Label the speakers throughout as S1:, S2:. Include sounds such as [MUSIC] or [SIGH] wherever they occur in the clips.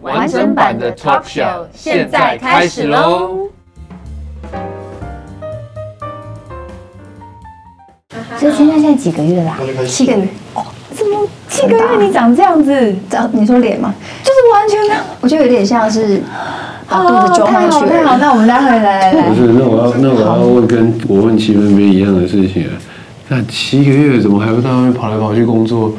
S1: 完整版的 talk show 现在开始喽！
S2: 所以现在现在几个月啦？
S3: 七个月，
S2: 怎么七个月你长这样子？
S3: 哦长你说脸吗？
S2: 就是完全没有哦
S3: 我觉得有点像是把肚子装上去。
S2: 太好太好，那我们待会来来
S4: 不
S2: 来，
S4: 是，那我要那我要问跟我问齐文斌一样的事情啊。那七个月怎么还不到外面跑来跑去工作？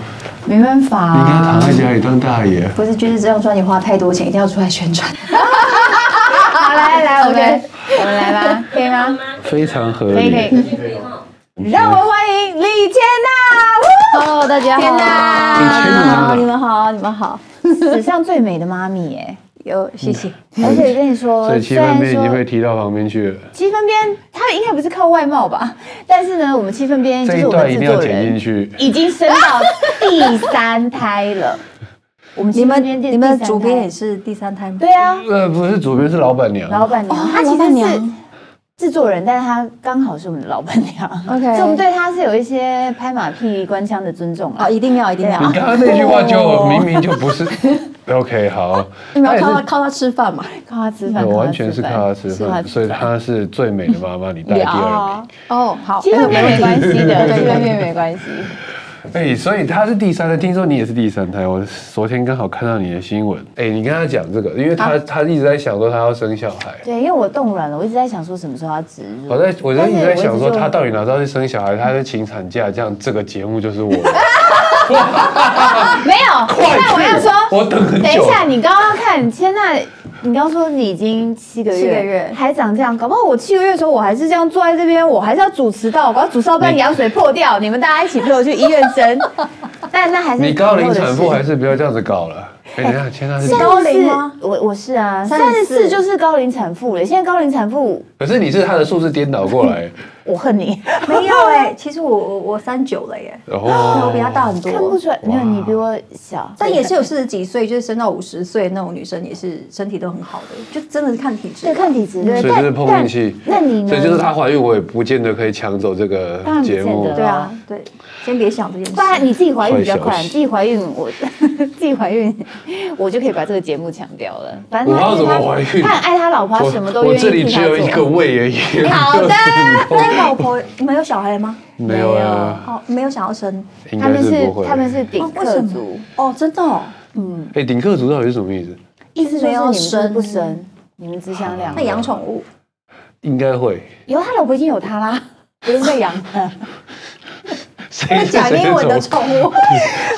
S3: 没办法、
S5: 啊
S4: 你应该躺在家里当大爷。
S3: 不是，就是这张专辑花太多钱，一定要出来宣传。
S2: [LAUGHS] 好来来来，我
S3: OK
S2: 们我们来吧，可以吗？
S4: 非常合
S2: 可以
S4: 理。
S2: 可以。让我们欢迎李千娜，
S3: 哦，大家
S2: 天哪
S4: 你签名了吗
S3: 好，你们好，你们好，
S2: 呜史上最美的妈咪耶！
S3: 有谢谢。
S2: 而且跟你说，
S4: 嗯所以
S2: 虽
S4: 七
S2: 然
S4: 分边已经
S2: 说
S4: 被踢到旁边去了，
S2: 七分边，他应该不是靠外貌
S4: [LAUGHS]
S2: 吧？但是呢，我们七分边就
S4: 这一
S2: 是我们
S4: 段一
S2: 制
S4: 定要
S2: 作
S4: 剪进
S2: 人
S4: 去。
S2: 已经升到第三胎
S4: [LAUGHS]
S2: 了。我们
S3: 你
S2: 七分
S3: 们
S2: 边
S3: 你们主编也
S2: 是
S3: 是第三胎吗？
S2: 对啊，
S4: 呃，不是主编是老板娘。
S2: 老板
S4: 哦
S2: 娘，她其
S3: 老板
S2: 实是
S3: 娘
S2: 制作人，但是她刚好是我们的老板娘
S3: OK
S2: 所以我们对她是有一些拍马屁、官腔的尊重啊
S3: 哦，。一定要一定要
S4: 你，刚刚那句话就明明就不是。OK，好，
S3: 你们
S4: 也
S3: 要靠他
S4: 是。
S3: 靠他吃饭嘛。
S2: 靠她吃饭，
S4: 我
S2: 靠
S4: 完
S2: 她
S4: 全
S2: 吃
S4: 是靠他吃
S2: 是靠她
S4: 饭，所以她是最美的妈妈，你带第二名
S2: 啊，。
S3: 哦，好，
S2: 基本面没关系的，基本面没关系。
S4: 哎、所以他是第三胎，听说你也是第三胎。我昨天刚好看到你的新闻，哎、你跟他讲这个，因为他、他一直在想说他要生小孩。
S2: 啊对，因为我冻卵了，我一直在想说什么时候要植入。
S4: 我在我在
S2: 但
S4: 一
S2: 是
S4: 直
S2: 我
S4: 在
S2: 一直
S4: 想说，
S2: 就
S4: 他到底哪时候去生小孩？他在请产假，这样这个节目就是我。
S2: 没有。
S4: 快去
S2: [LAUGHS] 那我要说，
S4: [LAUGHS] 我等很
S2: 等一
S4: 久。
S2: 下，你刚刚看千娜，你刚说你已经七个月，
S3: 七个月
S2: 还长这样，搞不好我七个月的时候，我还是这样坐在这边，我还是要主持到，我要主持到半
S4: 你
S2: 羊水破 [LAUGHS] 掉，你们大家一起陪我去医院生。 [LAUGHS] 但那还是
S4: 你高龄
S2: 以后的
S4: 产妇
S2: 事
S4: 还是不要这样子搞了。哎、等一下，现在是，
S2: 高
S3: 高龄吗？
S2: 我我是啊，三十
S3: 34
S2: 四就是高龄产妇了。现在高龄产妇，
S4: 可是你是他的数字颠倒过
S2: [LAUGHS]
S4: 来，
S2: 我恨你，
S3: [LAUGHS] 没有哎，其实我我我三九了耶，
S4: 然
S3: 我
S4: 后
S3: 比他大很
S2: 看不
S3: 多。
S2: 出来，没有你比我小，
S3: 但也是有四十几岁，就是升到五十岁那种女生，也是身体都很好的，就真的是看体质。
S2: 对看体质，对，
S4: 所以就是
S2: 但
S4: 碰运气
S2: 但那你呢？
S4: 所以就是她怀孕，我也不见得可以抢走这个
S2: 当然不
S4: 节目
S2: 见。得
S3: 对啊，对，先别想这件事
S2: 不。然你自己怀孕比较快，
S4: 坏消息
S2: 你自己怀孕我 [LAUGHS] 自己怀孕，我就可以把这个节目抢掉了。反正
S4: 我
S2: 他
S4: 要怎
S2: 他
S4: 么怀孕
S2: 他很爱他老婆，他什么都
S4: 我
S2: 愿
S4: 我
S2: 意
S4: 这里
S2: 替
S4: 只
S2: 他
S4: 有一个
S2: 做。
S4: 胃
S2: [LAUGHS]
S4: 而已。
S2: 好
S4: [LAUGHS]
S2: 的，
S3: 那老婆，你们有小孩了吗？
S4: 没有啊，
S3: 哦，没有想要生。
S4: 应
S2: 他
S4: 该
S2: 们
S4: 是
S2: 是
S4: 不会。
S2: 他们是顶
S3: 哦为
S2: 客
S3: 什么
S2: 族，
S3: 哦，真的哦，
S4: 哎，顶客族到底是什么意思？
S2: 意思就是
S3: 没
S2: 你
S3: 有
S2: 们就是不
S3: 生哎
S2: 生，你们只想两
S3: 那
S2: 个。
S3: 养宠物
S4: 应该
S2: [LAUGHS]
S4: 会。
S2: 有他老婆已经有
S3: [LAUGHS]
S2: 他啦，不用再养
S3: 呃
S2: 了。
S4: 谁是
S3: 讲英文的宠物，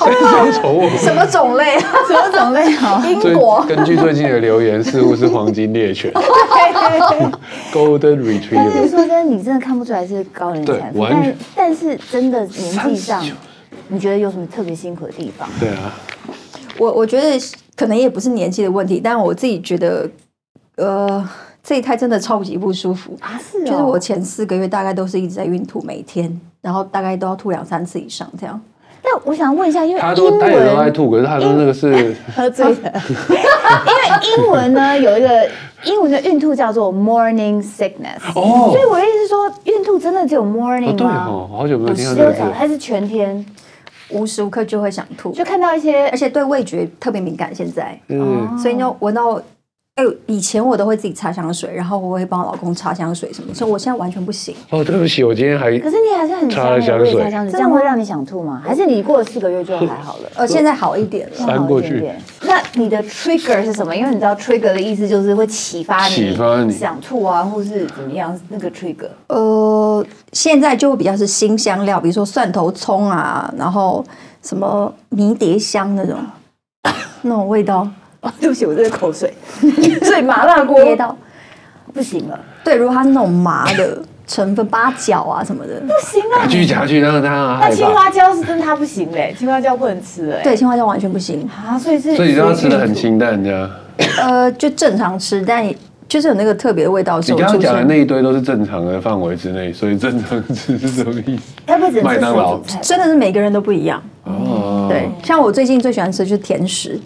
S4: 谁是宠物？
S3: 什么种类啊？
S2: [LAUGHS] 什么种类啊 [LAUGHS] 好？
S3: 英
S4: 最
S3: 国
S4: 根据最近的留言，似乎是黄金猎
S2: [LAUGHS]
S4: 犬 （Golden
S2: 但是
S4: Retriever）。
S2: 说真的，你真的看不出来是高龄产妇，
S4: 对完
S2: 但
S4: 全
S2: 但是真的年纪上
S4: 39，
S2: 你觉得有什么特别辛苦的地方？
S4: 对啊，
S3: [LAUGHS] 我我觉得可能也不是年纪的问题，但我自己觉得，呃，这一胎真的超级不舒服。
S2: 啊，是
S3: 就是哦我，前四个月大概都是一直在孕吐，每天，然后大概都要吐两三次以上这样。
S2: 但我想问一下，因为
S4: 他说
S2: 英
S4: 他也都爱
S2: 文
S4: 吐，可是他说那个是
S2: 喝醉了，因为英文呢有一个英文的孕吐叫做 morning sickness，
S4: 哦
S2: 所以我的意思是说，孕吐真的只有
S4: 哦
S2: morning
S4: 对
S2: 吗？
S4: 哦，好久没有听到
S2: 只
S4: 这
S2: 有
S4: 个
S2: 早上，
S4: 字。
S2: 还是全天？
S3: 无时无刻就会想吐，
S2: 就看到一些
S3: 而且对味觉特别敏感。现在，
S4: 嗯，
S3: 所以呢，闻到，哎、以前我都会自己擦香水，然后我会帮我老公擦香水什么，所以我现在完全不行。
S4: 哦，对不起，我今天还
S2: 可是你还是很
S4: 擦
S2: 香
S4: 了香
S2: 耶，我也
S4: 水
S2: 擦香水，这
S3: 真的
S2: 样会
S3: 吗
S2: 让你想吐吗？还是你过了四个月就还好
S4: [LAUGHS]
S2: 了？哦
S3: 呃，现在好一点了。
S4: 翻过
S2: 好一
S4: 去
S2: 点。点。那你的 trigger 是什么？因为你知道 trigger 的意思就是会启发你，
S4: 启发你
S2: 想吐啊，或是怎么样那个 trigger。
S3: 呃，现在就会比较是新香料，比如说蒜头、葱啊，然后什么迷迭香那种 [COUGHS] 那种味道，
S2: 对不起，我这是口 [LAUGHS] 水，所以麻辣锅
S3: 噎到。
S2: 不行了，
S3: 对，如果它是那种麻的成分，八角啊什么的，
S2: 不行啊！
S4: 继续讲下去，让他
S2: 那
S4: 害
S2: 青
S4: 怕。
S2: 花椒是真的，它不行嘞，青花椒不能吃哎。
S3: 对，青花椒完全不行。
S2: 啊，所以是
S4: 所以你让他吃的很清淡，这样。
S3: 呃，就正常吃，但也就是有那个特别的味道是
S6: 你
S3: 我
S6: 刚刚
S3: 出
S6: 讲的
S3: 生
S6: 那一堆都是正常的范围之内，所以正常值是什么意思？
S2: 该不会只能
S6: 麦
S2: 吃
S6: 当
S2: 水
S6: 劳
S2: 煮菜吧？
S3: 真的是每个人都不一样。
S6: 哦，
S3: 对，像我最近最喜欢吃的就是甜食，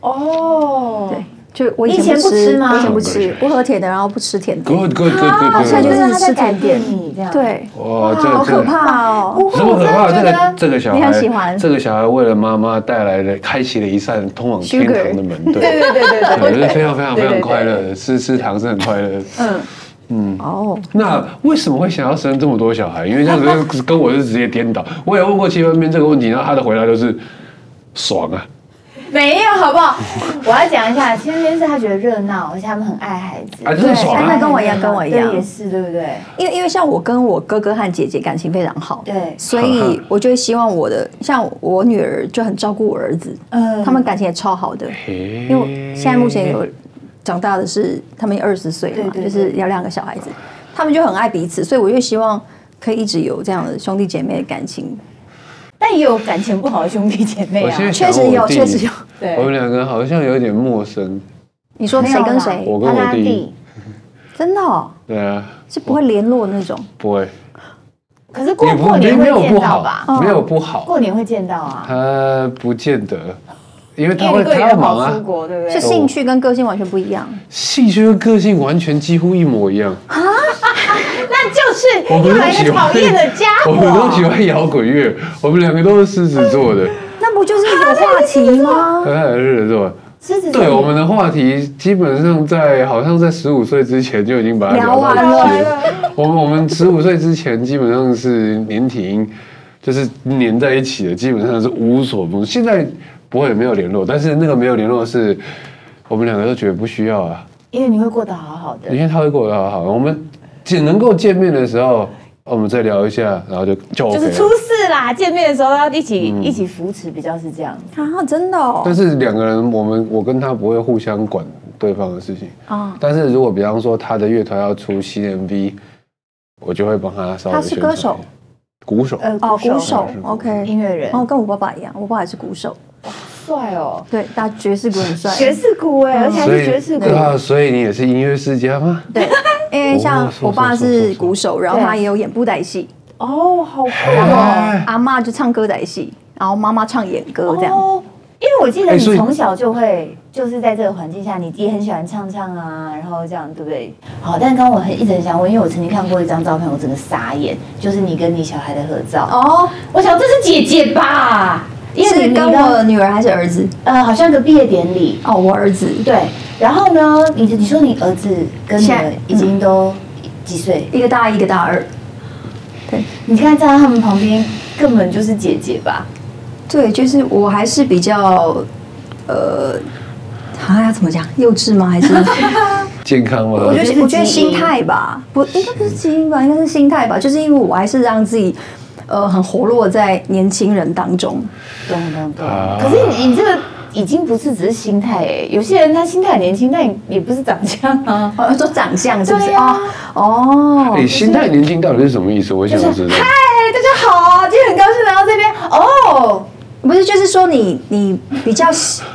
S2: 哦，
S3: 对，就我以
S2: 以前
S3: 前
S2: 不吃吗
S3: 我以前不吃
S6: 嗯，
S3: 不喝甜的，然后不吃甜的。
S6: ，good good good
S2: 好像
S6: good good，
S2: 啊就
S3: 就是是
S2: 他在
S3: 吃
S2: 改
S3: 甜
S2: 变
S3: 点
S2: 你这样。，
S3: 对，
S6: 哇，这个
S3: 好可
S6: 真的。
S3: 怕哦！
S6: 这么可怕！
S2: 我真
S6: 这
S2: 的觉
S6: 个
S2: 得
S6: 这个小
S3: 你
S6: 孩，
S3: 很喜欢
S6: 这个小孩为了妈妈带来了，开启了一扇通往天堂的门，对对
S2: 对对对对
S6: 对，是非常非常非常快乐的，吃吃糖是很快乐的。
S3: 哦，
S6: 那为什么会想要生这么多小孩？因为这个跟跟我是直接颠倒。我也问过戚方边这个问题，然后他的回答就是爽啊。
S2: 没有好不好？我要讲一下，其实这件事他觉得热闹，而且他们很爱孩子，
S6: 啊真的爽啊
S2: 他们
S3: 跟我一样跟我一样
S2: 也是对不对？
S3: 因为因为像我跟我哥哥和姐姐感情非常好，
S2: 对
S3: 所以我就会希望我的像我女儿就很照顾我儿子，
S2: 嗯
S3: 他们感情也超好的。因
S6: 因
S3: 为我现在目前有长大的是他们二十岁了嘛，
S2: 对对
S3: 就
S2: 对
S3: 是有两个小孩子，他们就很爱彼此，所以我就希望可以一直有这样的兄弟姐妹的感情。
S2: 但也有感情不好的兄弟姐妹
S6: 我
S2: 啊
S6: 现在，
S3: 确
S6: 想
S3: 实
S6: 我
S3: 有
S6: 弟
S3: 确实有
S2: 对
S6: 我们两个好像有点陌生。
S3: 你说谁跟谁？
S6: 我跟我弟，，
S3: 真的、哦、
S6: 对啊，
S3: 是不会联络那种。
S6: 不会，
S2: 可是过
S6: 也不
S2: 过年
S6: 没
S2: 会
S6: 有
S2: 见
S6: 不
S2: 到吧？
S6: 好，没有不好，
S2: 过年会见到啊，
S6: 他不见得，因为他
S2: 因为你
S6: 会
S2: 过
S6: 他
S2: 年
S6: 要
S2: 都
S6: 忙
S2: 跑出
S6: 啊，
S2: 国，对不
S3: 是
S2: 对？
S3: 兴趣跟个性完全不一样，
S6: 兴趣跟个性完全几乎一模一样。
S2: 啊 [LAUGHS] 那就是
S6: 我
S2: 又
S6: 们
S2: 来
S6: 都
S2: 一
S6: 喜
S2: 个讨
S6: 欢
S2: 厌的家
S6: 我
S2: 伙，
S6: 们都喜欢摇滚乐，我们两个都是狮子座的，
S3: 那不就是有话题吗？
S6: 很好狮子座。
S2: 啊狮子座
S6: 对，我们的话题基本上在好像在十五岁之前就已经把它聊到
S3: 聊
S6: 一
S3: 完
S6: 起。我们我们十五岁之前基本上是连体就是连在一起的，基本上是无所不。现在不会没有联络，但是那个没有联络是我们两个都觉得不需要啊，
S2: 因为你会过得好好的
S6: 因。为他会过得好好。我们只能够见面的时候，我们再聊一下，然后就就 OK
S2: 就
S6: 了。
S2: 是初四啦，见面的时候要一起、
S6: 嗯
S2: 一起扶持，比较是这样。
S3: 啊，真的哦
S6: 但，是两个人，我们我跟他不会互相管对方的事情
S3: 啊
S6: 但是如果比方说他的乐团要出新 MV，我就会帮他稍微
S3: 他是
S6: 宣传
S3: 歌手
S6: 一下，鼓手，
S2: 呃，
S3: 哦，鼓
S6: 手
S3: 手
S2: 音
S3: ，OK，
S2: 乐人，
S3: 哦，跟我爸爸一样，我爸爸也是鼓手，
S2: 帅哦，
S3: 对，打爵士鼓很帅，
S2: 爵士鼓
S3: 嗯
S2: 哎，而且还
S6: 所
S2: 是
S6: 以
S2: 爵士鼓。
S6: 啊，所以你也是音乐世家吗？
S3: 对，因为像
S6: 哦是
S3: 我爸
S6: 是是是
S3: 是鼓手，然后他也有演布袋戏，
S2: 哦，好酷
S3: 然
S6: 哎
S3: 后阿妈就唱歌仔戏，然后妈妈唱演歌这样。
S2: 哦！因为我记得
S6: 哎
S2: 你
S6: 所以
S2: 从小就会，就是在这个环境下，你也很喜欢唱唱啊，然后这样，对不对？好，但刚刚我很一直很想问，因为我曾经看过一张照片，我整个傻眼，就是你跟你小孩的合照。哦，
S3: 哦，
S2: 我想这是姐姐吧？因为
S3: 是
S2: 你
S3: 跟
S2: 你的
S3: 我女儿还是儿子？
S2: 呃，好像个毕业典礼，
S3: 哦，我儿子，
S2: 对，然后呢，你你说你儿子跟女
S3: 现
S2: 儿
S3: 在嗯
S2: 已经都几岁？
S3: 一个大一，一个大二。
S2: 你看站在他们旁边，根本就是姐姐吧？
S3: 对，就是我还是比较，呃，啊，要怎么讲？幼稚吗？还
S2: [LAUGHS]
S3: 是？
S6: 健康吗？
S3: 我觉
S2: 觉得
S3: 得
S2: 是
S3: 我觉得
S2: 基因
S3: 心态吧，不应该不是基因吧，应该是心态吧。就是因为我还是让自己，呃，很活络在年轻人当中。
S2: 懂懂懂
S6: 啊。
S2: 可是你你这个已经不是只是心态哎，有些人他心态很年轻，但也不是长相啊。
S3: 哦，说长相是不是？
S2: 对啊
S3: 哦
S6: 哎，
S3: 哦，
S6: 心态年轻到底是什么意思？我
S2: 就
S6: 想
S2: 是
S6: 要知道
S2: 嗨，。大家好，今天很高兴来到这边哦。
S3: 不是，就是说你你比较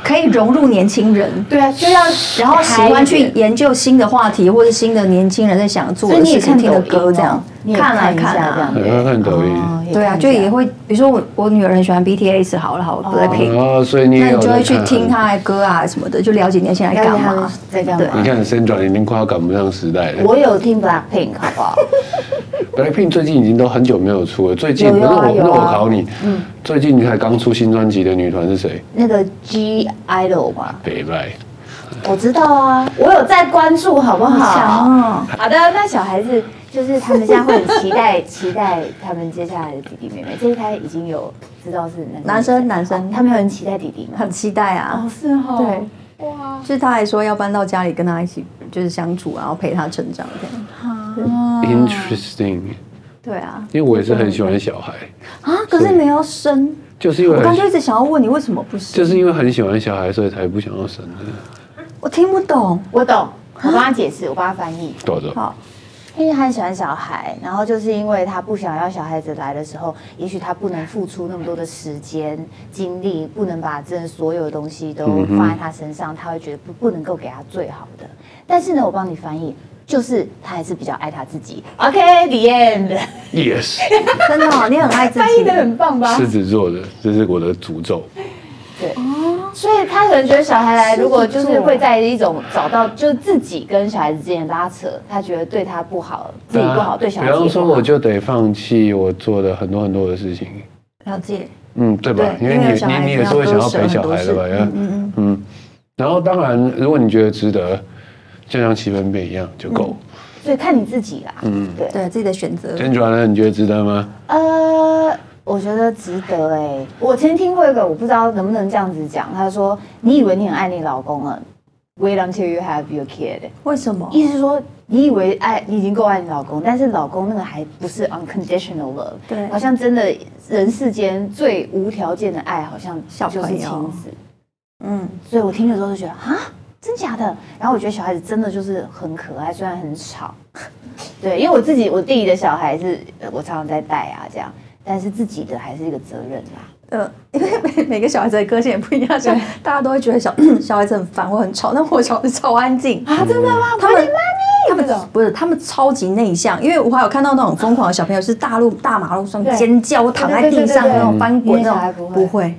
S3: 可以融入年轻人。
S2: 对啊，就要
S3: 然后喜欢去
S2: 嗨
S3: 研究新的话题，或者新的年轻人在想做
S2: 所以
S3: 的
S2: 你也
S3: 事情、
S2: 看
S3: 听的
S2: 抖音
S3: 歌
S2: 哦
S3: 这样
S2: 你，也
S3: 看啊
S2: 看一下
S3: 看
S2: 这样
S3: 啊，
S6: 很爱看抖音
S2: 哦
S3: 对啊，
S2: 看一
S3: 就
S2: 下
S3: 也会，比如说我我女儿很喜欢 BTS，好了好了，Blackpink，
S6: 哦，所以你
S3: 那
S6: 也有
S3: 你就
S6: 在
S3: 会去
S6: 看
S3: 听。她的歌啊什么的，就了解年轻人在
S2: 了解
S3: 干
S2: 他们
S3: 嘛。
S2: 在干
S6: 你
S2: 嘛。
S6: 看，身转已经快要赶不上时代了。
S2: 我有听 Blackpink，好不好？ [LAUGHS]
S6: Blackpink 最近已经都很久没有出了，最近
S2: 有
S6: 那
S2: 有啊
S6: 我
S2: 有啊
S6: 那我考你，最近才刚出新专辑的女团是谁？
S2: 那个 G Idol 嘛，
S6: 北拜。
S2: 我知道啊，我有在关注，好不好？
S3: 哦，
S2: 好的，那小孩子就是他们现在会很期
S3: [LAUGHS]
S2: 待，期待他们接下来的弟弟妹妹。这一胎已经有知道是男
S3: 男生男生
S2: 他们有很期待弟弟吗？
S3: 很期待啊。
S2: 是哦
S3: 对，哇，就是她还说要搬到家里跟她一起就是相处，然后陪她成长这样。
S6: Interesting，
S3: 对啊，
S6: 因为我也是很喜欢小孩，
S3: 啊，可是没有生，
S6: 就是因
S3: 我
S6: 为
S3: 刚就
S6: 很
S3: 一直想要问你为什么不生，
S6: 就是因为很喜欢小孩，所以才不想要生的。
S3: 我听不懂。
S2: 我懂，我帮他解释，我帮他翻译。
S6: 啊多着，
S3: 好，
S2: 因为他很喜欢小孩，然后就是因为他不想要小孩子来的时候，也许他不能付出那么多的时间精力，不能把这所有的东西都
S6: 嗯
S2: 放在他身上，他会觉得不不能够给他最好的。但是呢，我帮你翻译，就是他还是比较爱他自己。OK，the、end，
S6: ，yes，
S3: 真的哦，你很爱自
S2: 翻译
S3: 己
S2: 的。很棒吧？
S6: 狮子座的，这是我的诅咒。
S2: 所以他可能觉得小孩来，如果就是会在一种找到就是自己跟小孩子之间的拉扯，他觉得对他不好，自己不好，对小
S6: 啊比
S2: 孩子
S6: 方
S2: 也
S6: 说，
S2: 不好
S6: 我。就得放弃我做的很多很多的事情，
S3: 了解，
S6: 嗯，对吧？
S3: 对
S6: 因为
S3: 因为有小
S6: 你
S3: 孩
S6: 你你
S3: 子
S6: 也是会
S3: 要
S6: 想
S3: 割舍很
S6: 要陪小
S3: 多
S6: 孩的
S3: 事
S6: 吧？
S3: 嗯
S6: 要嗯然后当然，如果你觉得值得，就像七分贝一样就够。
S2: 所以看你自己啦。嗯，对。
S3: 对自己的选择，
S6: 真转了，你觉得值得吗？
S2: 呃，我觉得值得哎、我曾经听过一个，我不知道能不能这样子讲，他说：“你以为你很爱你老公了，Wait until you have your kid。”
S3: 为什么？
S2: 意思是说，你以为爱你已经够爱你老公，但是老公那个还不是 unconditional love，
S3: 对
S2: 好像真的人世间最无条件的爱，好像
S3: 小
S2: 就是
S3: 朋
S2: 亲
S3: 友
S2: 子。
S3: 嗯，
S2: 所以我听的时候就觉得啊，真假的？然后我觉得小孩子真的就是很可爱，虽然很吵。 [LAUGHS] 对，因为我自己我弟弟的小孩是呃我常常在带啊，这样，但是自己的还是一个责任啦。
S3: 呃，因为每每个小孩子的个性也不一样，所以大家都会觉得小 [CLEARS THROAT] 小孩子很烦或很吵，但我小孩子超安静啊，真的吗？
S2: 嗯
S3: 他们他们不是他们超级内向，因为我还有看到那种疯狂的小朋友是大路大马路上
S2: 对
S3: 尖叫、躺在地上
S2: 对对对对
S3: 那种翻滚
S2: 你的
S3: 那
S2: 小孩
S3: 种
S2: 不，会啊
S3: 不会，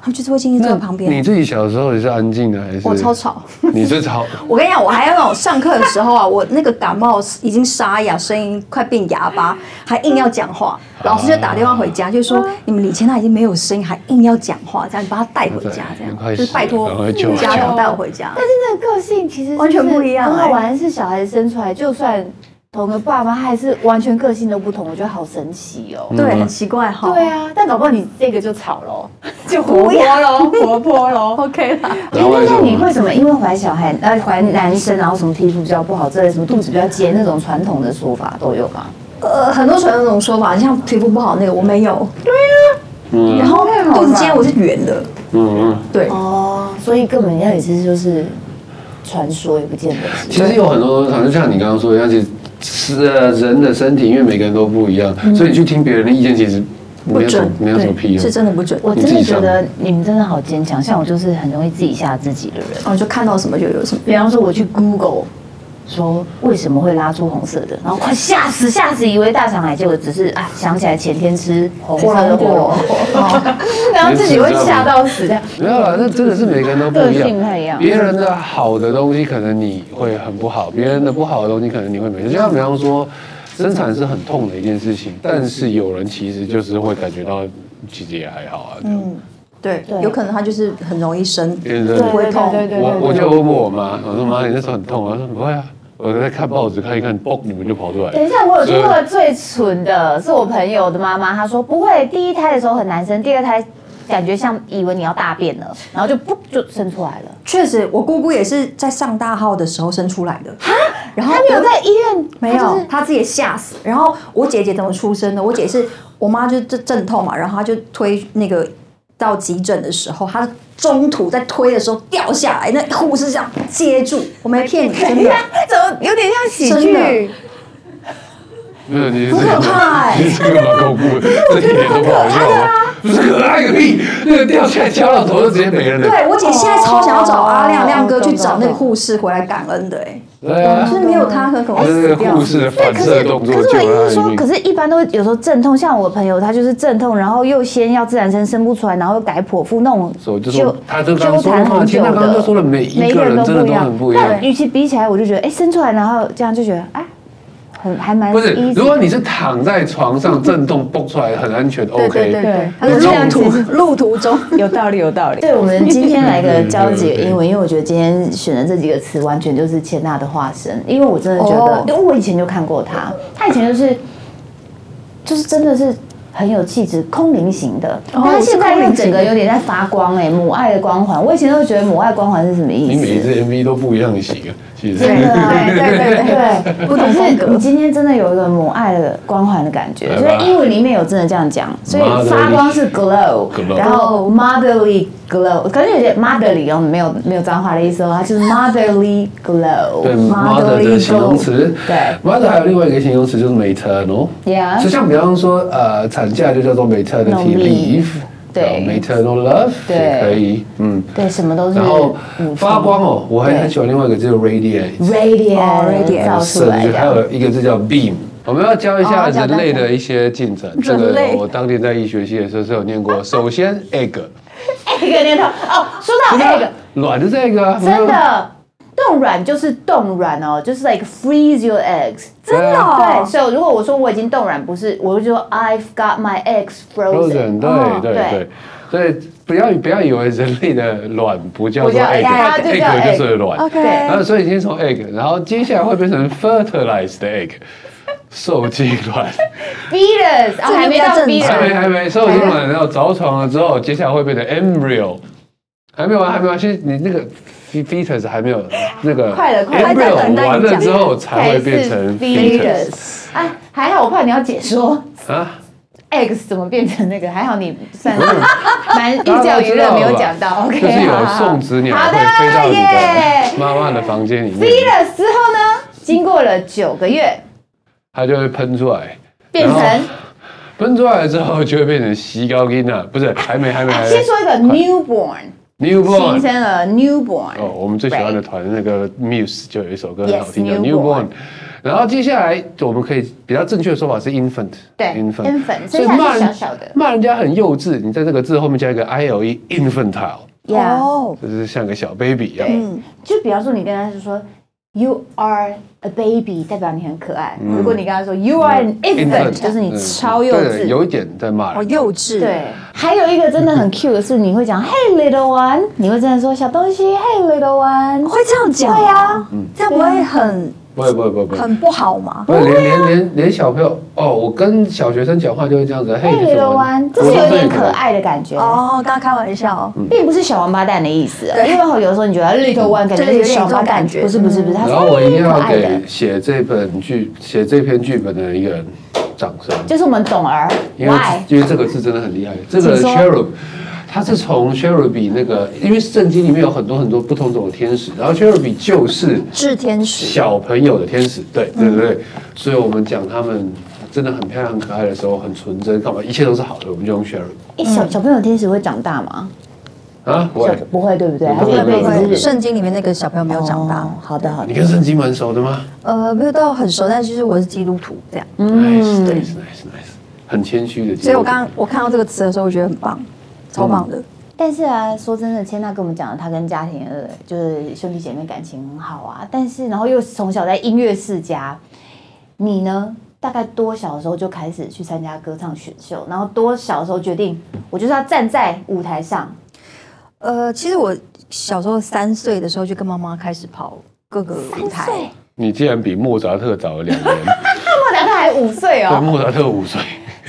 S3: 他们就是会静静坐在旁
S6: 你
S3: 边。
S6: 自己小时候也是安静的还是？
S3: 啊我超，吵，
S6: 你
S3: [LAUGHS]
S6: 是吵，
S3: 我跟你讲，我还有那种上课的时候啊， [LAUGHS] 我那个感冒已经沙哑，声音快变哑巴，
S6: [LAUGHS]
S3: 还硬要讲话。老师就打电话回家，就说你们李千娜已经没有声音，还硬要讲话，这样你把她带回家，这
S6: 快
S3: 样
S6: 死
S3: 就
S6: 了
S3: 是拜
S6: 赶快
S3: 托
S6: 救我
S3: 家
S6: 家
S3: 长带我回家。
S2: 但是那个个性其实就是
S3: 完全不一样哎
S2: 很好玩，是小孩子生出来，就算同个爸妈，他还是完全个性都不同，我觉得好神奇哦。
S6: 嗯
S3: 对，很奇怪哈。
S2: 对啊，但搞不好你这个就吵喽，
S3: 嗯
S2: 就活泼喽，活泼喽。
S3: [LAUGHS] ，OK 啦。
S2: 哎，那那你为什么因为怀小孩，呃，怀男生，然后什么皮肤比较不好之类，什么肚子比较尖那种传统的说法都有吗？
S3: 呃，很多传统那种说法，像皮肤不好那个我没有，
S6: 嗯
S3: 然后
S2: 那很好
S3: 肚子
S2: 吧
S3: 尖我是圆的，
S6: 嗯嗯。
S3: 对，
S2: 哦，所以根本那也是就是传说，也不见得是。
S6: 其实有很多东西，就像你刚刚说的，像其实是呃人的身体，因为每个人都不一样，所以你去听别人的意见，其实
S3: 嗯不
S6: 没有什
S3: 准
S6: 么，没有什么
S3: 对
S6: 屁用。
S3: 是真的不准。
S2: 我真的觉得你们真的好坚强，像我就是很容易自己吓自己的人。
S3: 我哦就看到什么就有什么。
S2: 比方说我去 Google 说为什么会拉出红色的，然后快吓死吓死，以为大肠癌，结果只是啊想起来前天吃红色的火龙果，然后自己会吓到死这样。
S6: 没有啦，那真的是每个人都不一
S2: 个
S6: 样，
S2: 性不太一样
S6: 别人的好的东西可能你会很不好，别人的不好的东西可能你会没事。就像比方说，生产是很痛的一件事情，但是有人其实就是会感觉到，其实也还好啊。嗯，
S3: 对，有可能他就是很容易生，
S6: 对对
S3: 不会痛。
S2: 对对对
S6: 我我就问我妈，我说妈，你那时候很痛啊？她说不会啊，我在看报纸看一看，嘣，你们就跑出来
S2: 等
S6: 了。
S2: 一下，我有听过最蠢的是我朋友的妈妈，她说不会，第一胎的时候很难生，第二胎感觉像以为你要大便了，然后就不就生出来了。
S3: 确实，我姑姑也是在上大号的时候生出来的。然后
S2: 她没有
S3: 我
S2: 在医院，
S3: 没有，她自己也吓死。然后我姐姐怎么出生的？我姐是我妈就阵阵痛嘛，然后她就推那个到急诊的时候，她中途在推的时候掉下来，那护士这样接住，我没骗你，真的
S2: 怎么有点像喜
S3: 真的
S2: 剧？
S6: 没有，你
S3: 很可怕
S6: 你
S3: 哎。
S6: 这个蛮恐怖的，这一点都不好笑啊！不是可爱个屁，那个掉下来敲到头就直接没了。
S3: 对我姐现在超想要找阿亮
S2: 哦
S3: 亮哥去
S2: 懂懂
S3: 找那个
S2: 懂
S3: 护士回来感恩的哎，
S6: 对啊
S2: 哦
S3: 就，是没有他很可能
S6: 他
S3: 会死
S6: 是那个
S3: 掉。
S6: 护士的反
S2: 可
S6: 射
S2: 是，
S6: 动
S2: 可是
S6: 作救
S2: 我
S6: 了
S2: 意思
S6: 他一
S2: 说，可
S6: 命。
S2: 是一般都有时候阵痛，像我朋友他就是阵痛，然后又先要自然生生不出来，然后又改剖腹那种
S6: 所以我就
S2: 纠
S6: 说，他这刚刚说
S2: 纠
S6: 了
S2: 缠
S6: 嘛，
S2: 很
S6: 其实
S2: 久
S6: 他
S2: 的，
S6: 刚刚就说了，每一个人真的都很不一样
S2: 但。与其比起来，我就觉得，哎，生出来然后这样就觉得，哎，很还蛮
S6: 不是
S2: easy，
S6: 如果你是躺在床上震动蹦出来很安全
S3: 对对对
S6: ，OK。
S3: 对，
S6: 你
S3: 她是
S6: 中
S3: 路
S7: [LAUGHS]
S3: 途
S6: 途
S3: 路途中
S7: 有道理，有道理。嗯
S2: 对，我们今天来个教几
S6: 对对
S2: 个
S6: 对
S2: 英文，因为我觉得今天选的这几个词完全就是千娜的化身，因为我真的觉得
S3: 哦，
S2: 因为我以前就看过她，她以前就是就是真的是。很有气质，空灵型的，
S3: 哦
S2: 但她现在又整个有点在欸发光哎、母爱的光环。我以前都觉得母爱光环是什么意
S6: 你每一
S2: 思？
S6: 支 MV 都不一样型啊，其实
S2: 真的啊
S3: 对对对对，
S2: 对，不只是你今天真的有一个母爱的光环的感觉，
S6: 对
S2: 所
S6: 吧
S2: 以英文里面有真的这样讲，所以
S6: Motherly
S2: 发光是 glow，
S6: glow
S2: 然后 motherly glow，可能有些 motherly 哦，没有没有脏话的意思哦，它就是 motherly glow，
S6: 对
S3: motherly
S6: mother 的形容
S3: glow
S6: 词，
S2: 对
S6: ，mother 还有另外一个形容词就是 maternal，
S2: Yeah
S6: 就像比方说呃产假就叫做 maternity
S2: No leave
S6: leave，
S2: 对
S6: 然后，maternal love
S2: 对
S6: 也可以，嗯，
S2: 对，什么都是
S6: 然后
S2: 母亲
S6: 发光哦，我还
S2: 嗯对
S6: 很喜欢另外一个就是 radiate，
S3: 哦
S2: radiant
S3: ，radiant
S2: 造出
S6: 甚
S2: 来 [LAUGHS]
S6: 至还
S2: 的，
S6: 有一个字叫 beam。我们要教一下
S2: 哦教大
S6: 人
S2: 家
S6: 类的一些进展。这
S3: 人
S6: 个
S3: 类
S6: 我当年在医学系的时候是有念过。首先 egg，
S2: [LAUGHS] 一个念头哦，说到这个。
S6: 卵就是 egg 啊，
S2: 真的，冻卵就是冻卵哦，就是 like freeze your eggs。
S6: 真的哦
S2: 对，所以如果我说我已经冻卵，不是，我就说 I've got my eggs frozen。
S6: frozen，
S2: 哦
S6: 对对对，所以不要不要以为人类的卵不叫
S2: 不
S6: 做
S2: 叫
S6: egg，
S2: 它就叫
S6: egg
S2: egg
S6: 就是卵。然后所以先从 egg，然后接下来会变成 fertilized egg，受精
S2: [LAUGHS]
S6: 卵。
S2: fetus，啊，
S3: 这个
S2: 还没到
S3: 比较正常
S6: 还没
S2: fetus。
S6: 还没，受精卵然后着床了之后，接下来会变成 embryo，还没完还没完，其实你那个 fe- fetus 还没有那个
S2: 快了快了还在
S6: embryo
S3: 等待你
S6: 完了
S3: 讲
S6: 之后才会变成 fetus
S2: fetus，哎，还好，我怕你要解说
S6: 啊，
S2: eggs 怎么变成那个，还好你算是 [LAUGHS] 蛮寓教于乐，没有讲到，OK，
S6: 嗯就是有
S2: 好好好
S6: 送子鸟
S2: 好
S6: 会
S2: 的
S6: 飞到你
S2: 耶
S6: 的妈妈的房间里面，
S2: fetus 之后呢，经过了九个月，
S6: 它就会喷出来，
S2: 变
S6: 然
S2: 成
S6: 后喷出来之后就会变成西高音啊，不是，还没还没还没
S2: 哎先说一个 newborn，新
S6: newborn。
S2: 生儿 newborn。
S6: 哦，我们最喜欢的
S2: Right
S6: 团那个 Muse 就有一首歌很好
S2: Yes，
S6: 听叫
S2: Newborn
S6: Newborn，然后接下来我们可以比较正确的说法是 infant，
S2: 对 infant，剩下是
S6: 人
S2: 小小的
S6: 骂人家很幼稚，你在这个字后面加一个 i l e infantile，
S2: Yeah，
S3: 哦，
S6: 就是像个小 baby 一样。
S2: 对，嗯就比方说你跟他是说 you are a baby，代表你很可爱。如果你跟他说 you are an infant，就是你超幼
S6: 嗯对
S2: 稚。哦
S6: 有一点在骂
S3: 好
S6: 人。
S3: 幼稚。
S2: 对，还有一个真的很 cute 的是，你会讲 Hey little one，你会真的说小东西 Hey little one。
S3: 会这样讲？
S2: 对，啊，
S3: 这样不会很
S6: 不会不会不会不会。
S3: 很不好吗？
S6: 不是连连连连小朋友哦，我跟小学生讲话就会这样子，嘿，
S2: ，Hey
S6: 你怎
S2: little
S6: 么
S2: one，这是有点可爱的感觉，
S3: 哦，刚刚开玩笑，
S2: 并不是小王八蛋的意思哦。因为有时候你觉得 little one 感觉
S3: 对有
S2: 是
S3: 点
S2: 小王八
S3: 这种
S2: 蛋，
S3: 感觉
S2: 不是不是不是，它是
S6: 然后我一定
S2: 可
S6: 要
S2: 爱的
S6: 给，写这本剧、写这篇剧本的一个人掌声，
S2: 就是我们懂儿
S6: 因为嗯
S2: ，why？
S6: 因为这个字真的很厉害。这个
S2: 请说
S6: cherub，它是从 cherub 那个，因为圣经里面有很多很多不同种的天使，然后 cherub 就是
S3: 炽天使。
S6: 小朋友的天使，对对对
S2: 嗯
S6: 对，所以我们讲他们真的很漂亮、很可爱的时候，很纯真，干嘛一切都是好的，我们就用 cherub
S2: 哎，小小朋友天使会长大吗？
S6: 啊，我
S2: 小不会，对不对？
S6: 不
S2: 他
S6: 会
S2: 就一辈
S6: 不
S2: 子
S6: 会
S2: 是
S3: 圣经里面那个小朋友没有长大，
S2: 哦好的，好的
S6: 你。跟圣经蛮熟的吗
S3: 呃，没有到很熟，但就是我是基督徒这样，
S2: 嗯
S6: ？Nice nice nice nice，很谦虚的。
S3: 所以我刚刚我看到这个词的时候，我觉得很棒，
S2: 嗯
S3: 超棒的。
S2: 但是啊，说真的，千娜跟我们讲，她跟家庭呃，就是兄弟姐妹感情很好啊。但是，然后又从小在音乐世家，你呢？大概多小的时候就开始去参加歌唱选秀，然后多小的时候决定，我就是要站在舞台 [LAUGHS] 上。
S3: 呃，其实我小时候三岁的时候就跟妈妈开始跑各个舞台，
S6: 你竟然比莫扎特早了两
S2: [LAUGHS]
S6: 年，
S2: 莫扎特还啊五岁
S6: 对，
S2: 哦，
S6: 莫扎特五岁。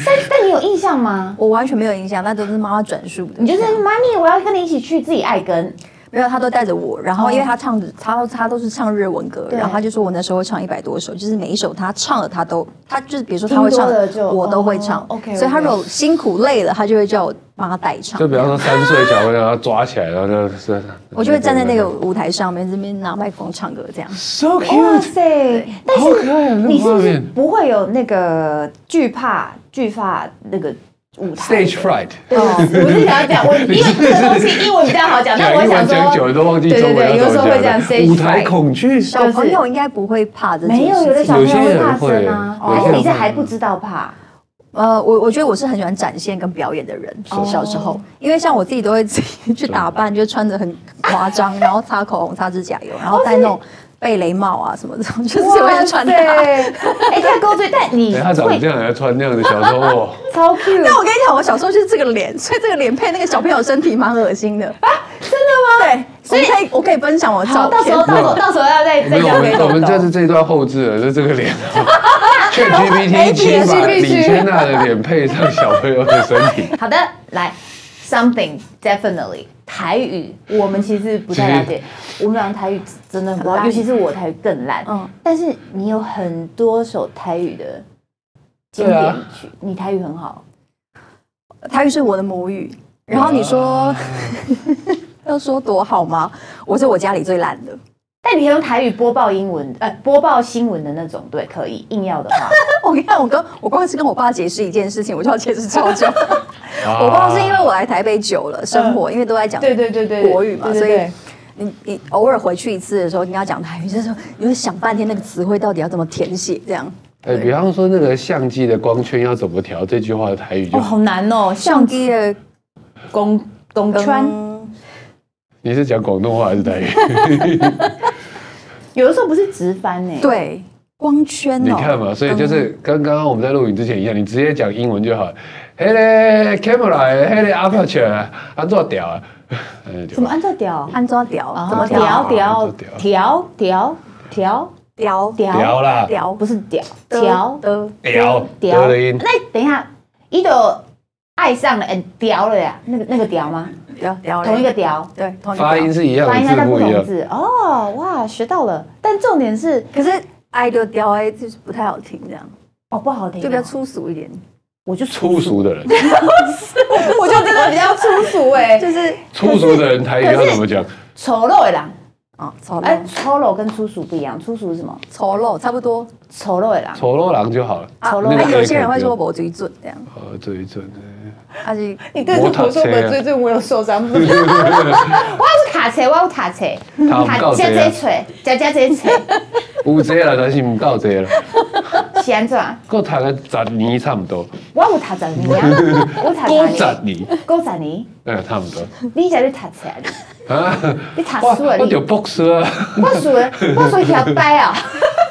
S2: 但但你有印象吗？
S3: 我完全没有印象，那都是妈妈转述的。
S2: 你 [LAUGHS] 就是妈咪，我要跟你一起去，自己爱跟。
S3: 没有，他都带着我，然后因为他唱的，他他都是唱日文歌，
S2: 哦对
S3: 然后他就说我那时候会唱一百多首，就是每一首他唱了，他都他就是比如说他会唱
S2: 听多了就，
S3: 我都会唱
S2: 哦。，OK，
S3: 所以他
S2: OK
S3: 如果辛苦累了，他就会叫我帮他代唱
S6: 就。比方说三岁小朋友要抓起来，然后就是，
S3: 我就会站在那个舞台上面，这边拿麦克风唱歌这样。
S6: so
S2: 哇
S6: cute，
S2: 塞！但
S6: 好可爱啊！
S2: 你是不
S6: 那个画
S2: 是
S6: 面
S2: 不会有那个惧怕惧怕那个舞台
S6: stage fright，
S2: 对，啊我是想要讲，我因为这个东西英文比较好讲，但我
S6: 英文
S2: 想
S6: 啊讲久
S2: 说
S6: 了都忘记
S2: 对
S6: 中
S2: 对
S6: 文
S2: 对，
S6: 要
S2: 有时
S6: 怎
S2: 候会
S6: 么
S2: 讲
S6: 讲
S2: stage
S6: 了。舞台
S2: fright。
S6: 恐惧，
S3: 小朋友应该不会怕这件事
S2: 没
S3: 情。
S2: 有，有的小朋友
S6: 有些
S2: 会
S6: 人
S2: 怕
S6: 会
S2: 生啊，
S6: 有些
S2: 哦
S6: 人，
S2: 你这
S6: 会
S2: 还不知道怕，
S3: 呃，我我觉得我是很喜欢展现跟表演的人，小时候，因为像我自己都会自己去打扮，就穿着很夸张，然后擦口红、擦指甲油，然后戴那种贝雷帽啊什么这种， [LAUGHS] 就是我会穿搭。 [LAUGHS]
S2: 对，哎，太勾追，但你
S6: 哎他长
S2: 会
S6: 这样还穿那样的小哦时
S2: [LAUGHS]
S6: 候，哇
S2: 超 cute，
S3: 但我跟你讲，我小时候就是这个脸，所以这个脸配那个小朋友身体蛮恶心的啊！真的吗？对，所以可以我可以分享我的照
S2: 好，到时
S3: 片
S2: 候。到时候到时候要再
S6: 没
S2: 再
S6: 有，我
S2: 交给
S6: 们我
S2: 豆
S6: 们
S2: 豆
S6: 这次这一段后置了，就这
S2: [LAUGHS]
S6: 个脸。劝 GPT 请把
S2: 必须
S6: 李
S2: 必须
S6: 千娜的脸配上小朋友的身体。
S2: [LAUGHS] 好的，来，something definitely，台语我们其实不太了解，我们俩台语真的很
S3: 很
S2: 烂，
S3: 烂
S2: 尤其是我台语更烂。
S3: 嗯
S2: 但是你有很多首台语的经
S4: 对啊
S2: 典曲，你台语很好，
S3: 台语是我的母语。然后你说 [LAUGHS] 要说多好吗？我是我家里最烂的，
S2: 但你可以用台语播报英文，呃，播报新闻的那种，对，可以。硬要的话，
S3: 我看我跟我光是跟我爸解释一件事情，我就要解释超久。
S6: 啊
S3: 我爸是因为我来台北久了，生活因为都在讲
S2: 对对对对，
S3: 国语嘛，
S2: 对对
S3: 所以
S2: 对
S3: 你你偶尔回去一次的时候，你要讲台语，就是说你会想半天那个词汇到底要怎么填写这样。
S6: 哎，比方说那个相机的光圈要怎么调，这句话的台语就
S1: 哦，好难哦，相机
S3: 第二
S1: 公公川
S2: 嗯
S6: 你是讲广东话还是台语？
S2: 有的时候不是直翻欸呢、
S3: 对光圈哦，
S6: 你看嘛，所以就是跟刚刚我们在录影之前一样，你直接讲英文就好。黑嘞 camera，黑嘞 aperture，安做屌啊？ [LAUGHS] 哎
S2: 怎么按照屌？
S3: 安装屌怎么
S6: 调
S3: 哦调
S2: 屌屌
S6: 怎么调
S2: 啊调调调
S3: 调
S6: 屌
S2: 屌
S6: 啦，
S3: 调
S2: 不是屌
S3: 的
S2: 调
S3: 的
S6: 屌屌
S2: 屌
S6: 的音，
S2: 那等一下，伊就爱上了，嗯，屌了呀，那个那个屌吗？
S3: 调调嘞
S2: 同一个屌，
S3: 对同一个
S6: 发音
S3: 调。
S6: 是一样的，
S2: 发音它
S6: 字
S2: 在
S6: 不
S2: 不
S6: 一样
S2: 同。字哦，哇，学到了。但重点是
S3: 可是爱就调哎，就是不太好听，这样
S2: 哦，不好听哦，
S3: 就比较粗俗一点，
S2: 我就
S6: 粗俗的人，
S2: 我就真的比较粗俗哎，
S3: 就是
S6: 粗俗的
S3: [LAUGHS]
S6: 人台语要
S2: 可是
S6: 怎么讲？
S2: 丑陋的人，
S3: 啊丑
S2: 哎，
S3: 陋
S2: 丑陋跟粗俗不一样，粗俗是什么？
S3: 丑陋差不多。
S2: 丑陋的人，
S6: 丑陋狼就好了。
S3: 啊
S2: 丑陋
S6: 那个哎
S3: 那
S6: 可以
S3: 有些人
S6: 改
S3: 会
S6: 掉
S3: 说我嘴准这样，
S6: 呃，这一阵
S3: 他是
S2: 你对
S6: 我读错啊的最
S2: 最我有受伤，我有卡车，我有卡车，
S6: 他不告
S2: 这
S6: 谁
S2: 这
S6: 啊？
S2: 锤，加加这锤，
S6: 有这啦，但是唔到这啦，
S2: [LAUGHS] 是安怎样？
S6: 够读个十年差不多，
S2: 我有读十年
S6: [LAUGHS]
S2: 啊，我读
S6: 够十
S2: 十年，
S6: 年，
S2: 够十年，
S6: 哎，差不多
S2: 你才去读册啊？
S3: [LAUGHS]
S6: 啊。
S2: 你读
S6: 我
S2: 书啊？
S6: 我
S2: 你
S6: 就博士啊，
S2: 我输了，
S6: [LAUGHS]
S2: 我输条呆啊！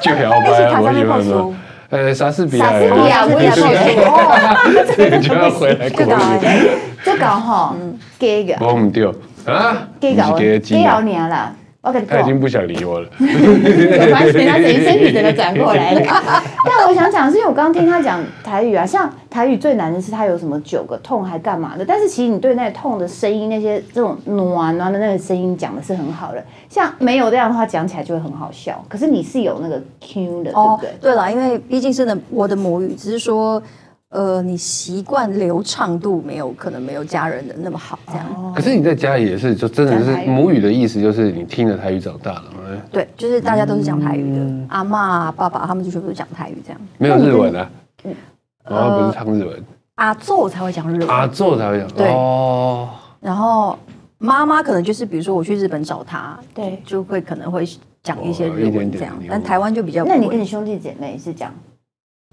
S6: 就晓白啊，我喜欢
S3: 你是读
S6: 嘛。呃，莎士比亚，
S2: 莎士比亚，我也
S3: 是
S2: 输哦，
S6: [LAUGHS] 这个就要回来国
S3: 就搞
S6: 语。
S2: 就搞吼，给个
S6: 我唔对啊，
S2: 给
S6: 嗯不
S2: 个
S6: 是给
S2: 给
S6: 鸡
S2: 搞
S6: 啊，
S2: 年了，我跟你
S6: 他
S2: 讲
S6: 已。经不想理我了。哎
S2: 有关系，他整个身体整个转过来
S6: [LAUGHS]
S2: 了。但我想讲，是因为我刚刚听他讲台语啊，像台语最难的是他有什么九个痛还干嘛的，但是其实你对那个痛的声音，那些这种暖暖的那个声音讲的是很好的，像没有这样的话讲起来就会很好笑。可是你是有那个 Q 的，对不
S3: 哦
S2: 对？，
S3: 对了，因为毕竟是呢我的母语，只是说，呃，你习惯流畅度没有可能没有家人的那么好，这样、
S6: 可是你在家里也是，就真的是
S2: 讲台语
S6: 母语的意思，就是你听着台语长大了嘛，
S3: 对，就是大家都是讲台语的，阿妈、爸爸他们就全部都讲台语这样，
S6: 没有日文啊。
S2: 嗯
S6: 然后不是唱日文，啊
S3: 阿奏才会讲日
S2: 呃
S3: 文，
S6: 阿奏才会讲。
S3: 对
S6: 哦，
S3: 然后妈妈可能就是比如说我去日本找她，
S2: 对
S3: 就会可能会讲一些
S6: 哦
S3: 日
S6: 一点
S3: 文
S6: 点
S3: 这样
S6: 日，文
S3: 但台湾就
S6: 呃
S3: 比较不
S2: 那
S3: 会
S2: 你跟你兄弟姐妹是讲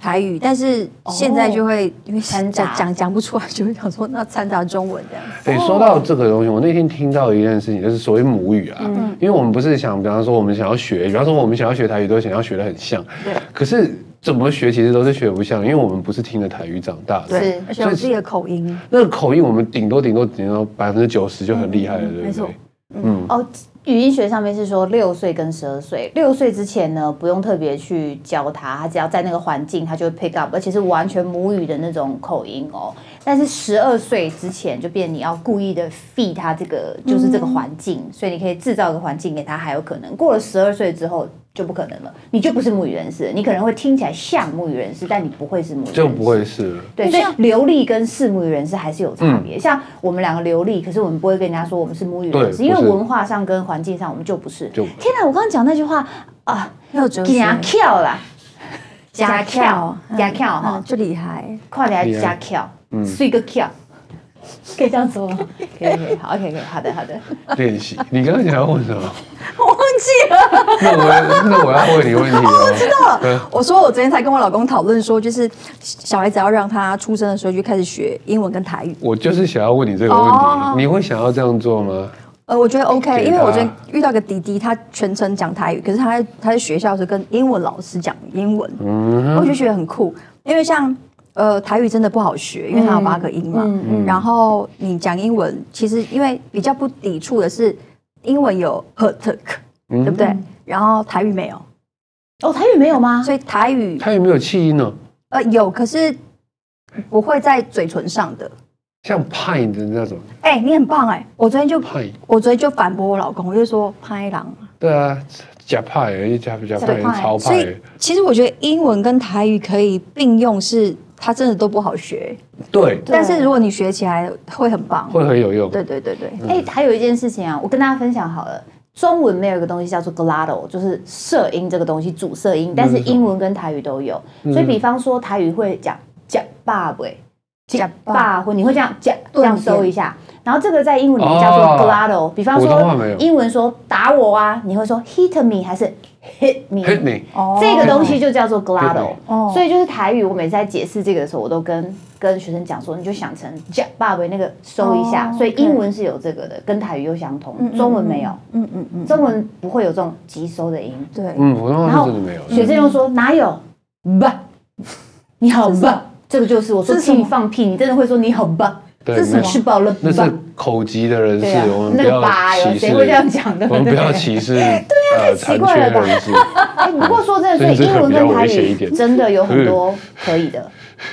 S3: 台语，但是现在就会、因为
S2: 哦掺
S3: 讲
S2: 杂
S3: 讲讲不出来，就会想说那掺杂中文这样。
S6: 哎，说到这个东西，我那天听到一件事情，就是所谓母语啊，
S3: 嗯
S6: 因为我们不是想，比方说我们想要学，比方说我们想要学台语，都想要学的很像，可是怎么学其实都是学不像，因为我们不是听着台语长大的，
S2: 是
S3: 而且有自己的口音，
S6: 那个口音我们顶多顶多顶多百分之九十就很厉害了，对
S3: 嗯没
S6: 不
S3: 错
S6: 对？
S2: 哦，语音学上面是说六岁跟十二岁，六岁之前呢不用特别去教他，他只要在那个环境，他就会 pick up，而且是完全母语的那种口音哦。但是十二岁之前就变你要故意的 feed 他这个就是
S6: 嗯
S2: 这个环境，所以你可以制造一个环境给他，还有可能过了十二岁之后。就不可能了，你就不是母语人士，你可能会听起来像母语人士，但你不会是母语人士，
S6: 就不会是了。
S2: 对，所以流利跟是母语人士还是有
S6: 嗯
S2: 差别。像我们两个流利，可是我们不会跟人家说我们是母语人士，
S6: 对
S2: 因为
S6: 不是
S2: 文化上跟环境上我们就不是。
S6: 就不是
S2: 天哪，我刚刚讲那句话啊，
S3: 有哲学，
S2: 加跳
S3: [LAUGHS]
S2: 啦，
S3: 加跳，
S2: 加跳哈
S3: 嗯，就厉害。
S2: 快点
S6: 厉害
S2: 加跳，
S6: 嗯
S2: 睡个跳。可以这样说吗？可以，可以，好，OK，可以，好的，好的。
S6: 练习。你刚刚想要问什么？
S3: 我忘记了，
S6: 那我那我要问你问题
S3: [LAUGHS]
S6: 哦。知道了。
S3: 我说我昨天才跟我老公讨论说，就是小孩子要让他出生的时候就开始学英文跟台语。
S6: 我就是想要问你这个问
S3: 哦
S6: 题，你会想要这样做吗？
S3: 呃，我觉得 OK，因为我
S6: 给
S3: 昨
S6: 他
S3: 天遇到个弟弟，他全程讲台语，可是他在他在学校的时候跟英文老师讲英文，我就觉得很酷，因为像。呃，台语真的不好学，因为它有八个音嘛。然后你讲英文，其实因为比较不抵触的是，英文有 h t k，、对
S6: 嗯
S3: 不对？然后台语没有，
S2: 嗯哦，台语没有吗？
S3: 所以台语
S6: 他有没有气音呢？
S3: 呃有，可是不会在嘴唇上的。
S6: 像派的那种，
S3: 哎、你很棒哎、我昨天就
S6: 派
S3: 我昨天就反驳我老公，我就说拍狼啊，
S6: 对啊，假派而已，假假派
S2: 假派
S6: 超
S3: 所
S6: 派
S3: 以，其实我觉得英文跟台语可以并用是。它真的都不好学，
S6: 对，
S3: 但是如果你学起来会很棒。
S6: 会很有用。
S3: 对对对对，
S6: 嗯
S2: 哎、还有一件事情啊，我跟大家分享好了。中文没有一个东西叫做 glottal，就是射音这个东西，主射音，但是英文跟台语都有。
S6: 嗯
S2: 所以，比方说台语会讲“假爸喂”，“假爸”或你会这样“假”这样收一下。然后这个在英文里面叫
S6: 哦
S2: 做 glottal。比方
S6: 普通话没有
S2: 说英文说“打我啊”，你会说 “hit me” 还是 “hit me”？
S6: hit me，
S3: 哦
S2: 这个东西就叫做
S6: 对
S2: glottal，、
S3: 哦
S2: 所以就是台语，我每次在解释这个的时候，我都跟跟学生讲说，你就想成 j a b a 那个收一下，
S3: 哦
S2: 所以英文是有这个的，跟台语又相同，
S3: 嗯嗯
S2: 中文没有，
S3: 嗯嗯嗯，
S2: 中文不会有这种急收的音。
S3: 对，
S6: 嗯，普通
S2: 然
S6: 话
S2: 后
S6: 是真的没有。
S2: 学生又说哪有吧，你好吧，这个就是我说
S3: 这是什
S2: 屁
S3: 么
S2: 放屁，你真的会说你好吧，
S6: 对
S2: 这是什么吃饱了
S6: 那
S2: 吧
S6: 是？口级的人
S2: 对啊
S6: 士，我们
S2: 那
S6: 不
S2: 个吧
S6: 要
S2: 有
S6: 歧视，
S2: 谁会这样讲对不
S6: 我们不
S2: 对
S6: 要歧视，对啊，呃，
S2: 奇
S6: 残
S2: 怪
S6: 缺
S2: 了吧 [LAUGHS]
S6: 人士，
S2: 哎，不过说真的，
S6: 这
S2: 所以
S6: 个
S2: 英文
S6: 比较
S2: 跟台
S6: 危险一
S2: 语
S6: 点
S2: 真的有很多可以
S3: [LAUGHS]
S2: 的，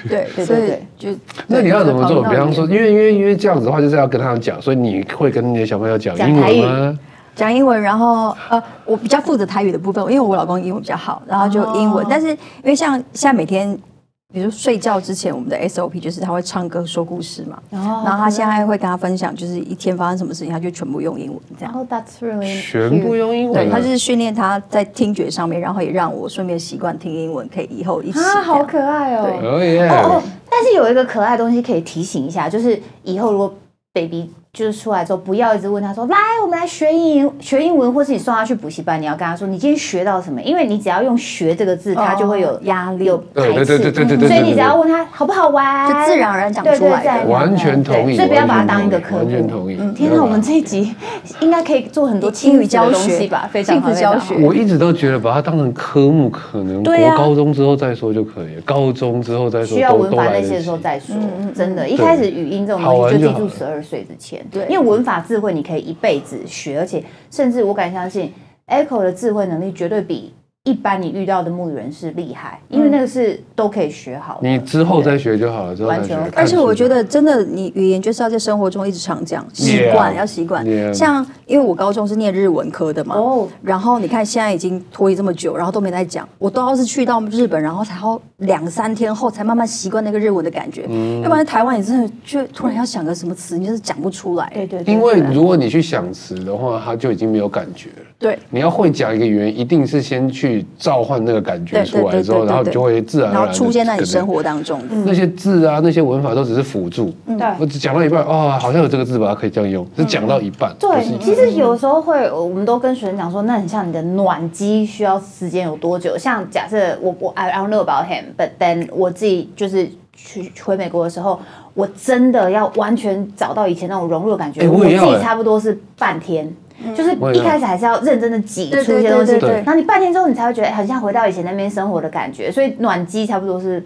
S3: 对
S2: 对对
S3: 所以
S2: 对
S3: 就
S6: 那你要怎么做？
S3: 对
S6: 比方说，因为因为因为这样子的话，就是要跟他们讲，所以你会跟你的小朋友讲
S2: 讲
S6: 英
S2: 台
S6: 文
S2: 语
S6: 吗？
S3: 讲英文，然后呃，我比较负责台语的部分，因为我老公英文比较好，然后就英
S2: 哦
S3: 文。但是因为像现在每天，比如睡觉之前，我们的 SOP 就是他会唱歌说故事嘛，
S2: 然后
S3: 然后他现在会跟他分享，就是一天发生什么事情，他就全部用英文这样。
S2: 然后 that's really
S6: 全部
S2: cute
S6: 用英
S3: 对，
S6: 文啊
S3: 他就是训练他在听觉上面，然后也让我顺便习惯听英文，可以以后一起这
S2: 啊，
S3: 样。
S2: 好可爱哦、
S3: 对
S6: 哦耶
S2: 哦，哦，但是有一个可爱的东西可以提醒一下，就是以后如果 baby 就是出来之后，不要一直问他说：“来，我们来学英学英文，或是你送他去补习班，你要跟他说你今天学到什么？”因为你只要用“学”这个字，他就会有
S3: 压力
S2: 有
S6: 对
S2: 排
S6: 对
S2: 斥
S6: 对对对对对，
S2: 所以你
S6: 对
S2: 只要问他好不好玩，
S3: 就自然而然讲
S2: 对
S3: 出
S2: 对
S3: 来的
S2: 自然而然
S6: 完全同意，
S2: 哦对所以不要把它
S6: 完全
S2: 当一个
S6: 同
S2: 科目。
S6: 意
S2: 嗯
S6: 完全同意。
S2: 天
S6: 对
S2: 哪，
S6: 吧
S2: 我们这一集应该可以做很多亲子的东西吧，非常好
S3: 亲子教
S2: 非常好
S3: 学
S6: 我一直都觉得把它当成科目，可能国
S3: 对啊
S6: 高中之后再说就可以了，高中之后再说
S2: 需要
S6: 都
S2: 文
S6: 都
S2: 法
S6: 来
S2: 那
S6: 得
S2: 些的
S6: 及
S2: 时候再说，真的，一开始语音这种
S6: 好
S2: 东
S6: 玩
S2: 西就
S6: 就
S2: 记
S6: 好
S2: 住
S6: 了
S2: 十二岁之前，
S3: 对
S2: 因为文法智慧你可以一辈子学，而且甚至我敢相信，Echo 的智慧能力绝对比一般你遇到的母语人士厉害，因为那个是都可以学好的。
S6: 你之后再学就好了，之后再
S2: 完
S6: 学
S2: 全。
S6: 看
S3: 而且
S6: 书
S3: 我觉得，真的，你语言就是要在生活中一直常讲，习惯要习惯。
S6: Yeah
S3: 像因为我高中是念日文科的嘛，
S2: 哦
S3: 然后你看现在已经脱离这么久，然后都没在讲，我都要是去到日本，然后才要两三天后才慢慢习惯那个日文的感觉，
S6: 嗯
S3: 要不然台湾你真的就突然要想个什么词，你就是讲不出来。
S2: 对对对，啊
S6: 因为如果你去想词的话，它就已经没有感觉了。
S3: 对
S6: 你要会讲一个语言，一定是先去召唤那个感觉
S3: 对
S6: 出来
S3: 对
S6: 之后，
S3: 对
S6: 然后
S3: 对
S6: 你
S3: 对，
S6: 就会自然而
S3: 然
S6: 然
S3: 后
S6: 地
S3: 出现在你
S6: 可能
S3: 生活当中。
S6: 那些字啊，那些文法都只是辅助。我
S2: 对。
S6: 只讲到一半，哦，好像有这个字吧，可以这样用，是讲到一半。不是
S2: 嗯对，
S6: 嗯
S2: 其实有时候会，我们都跟学生讲说，那很像你的暖机需要时间有多久？像假设我我 I I don't know about him，but then 我自己就是去回美国的时候，我真的要完全找到以前那种融入的感觉，
S6: 哎我
S2: 我
S6: 也要
S2: 自己
S6: 哎
S2: 差不多是半天。就是
S6: 我也
S2: 一
S6: 要
S2: 开始还是要认真的挤
S3: 对
S2: 出一些东西
S3: 嗯对对对对，
S2: 然后你半天之后你才会觉得哎很像回到以前那边生活的感觉，所以暖机差不多是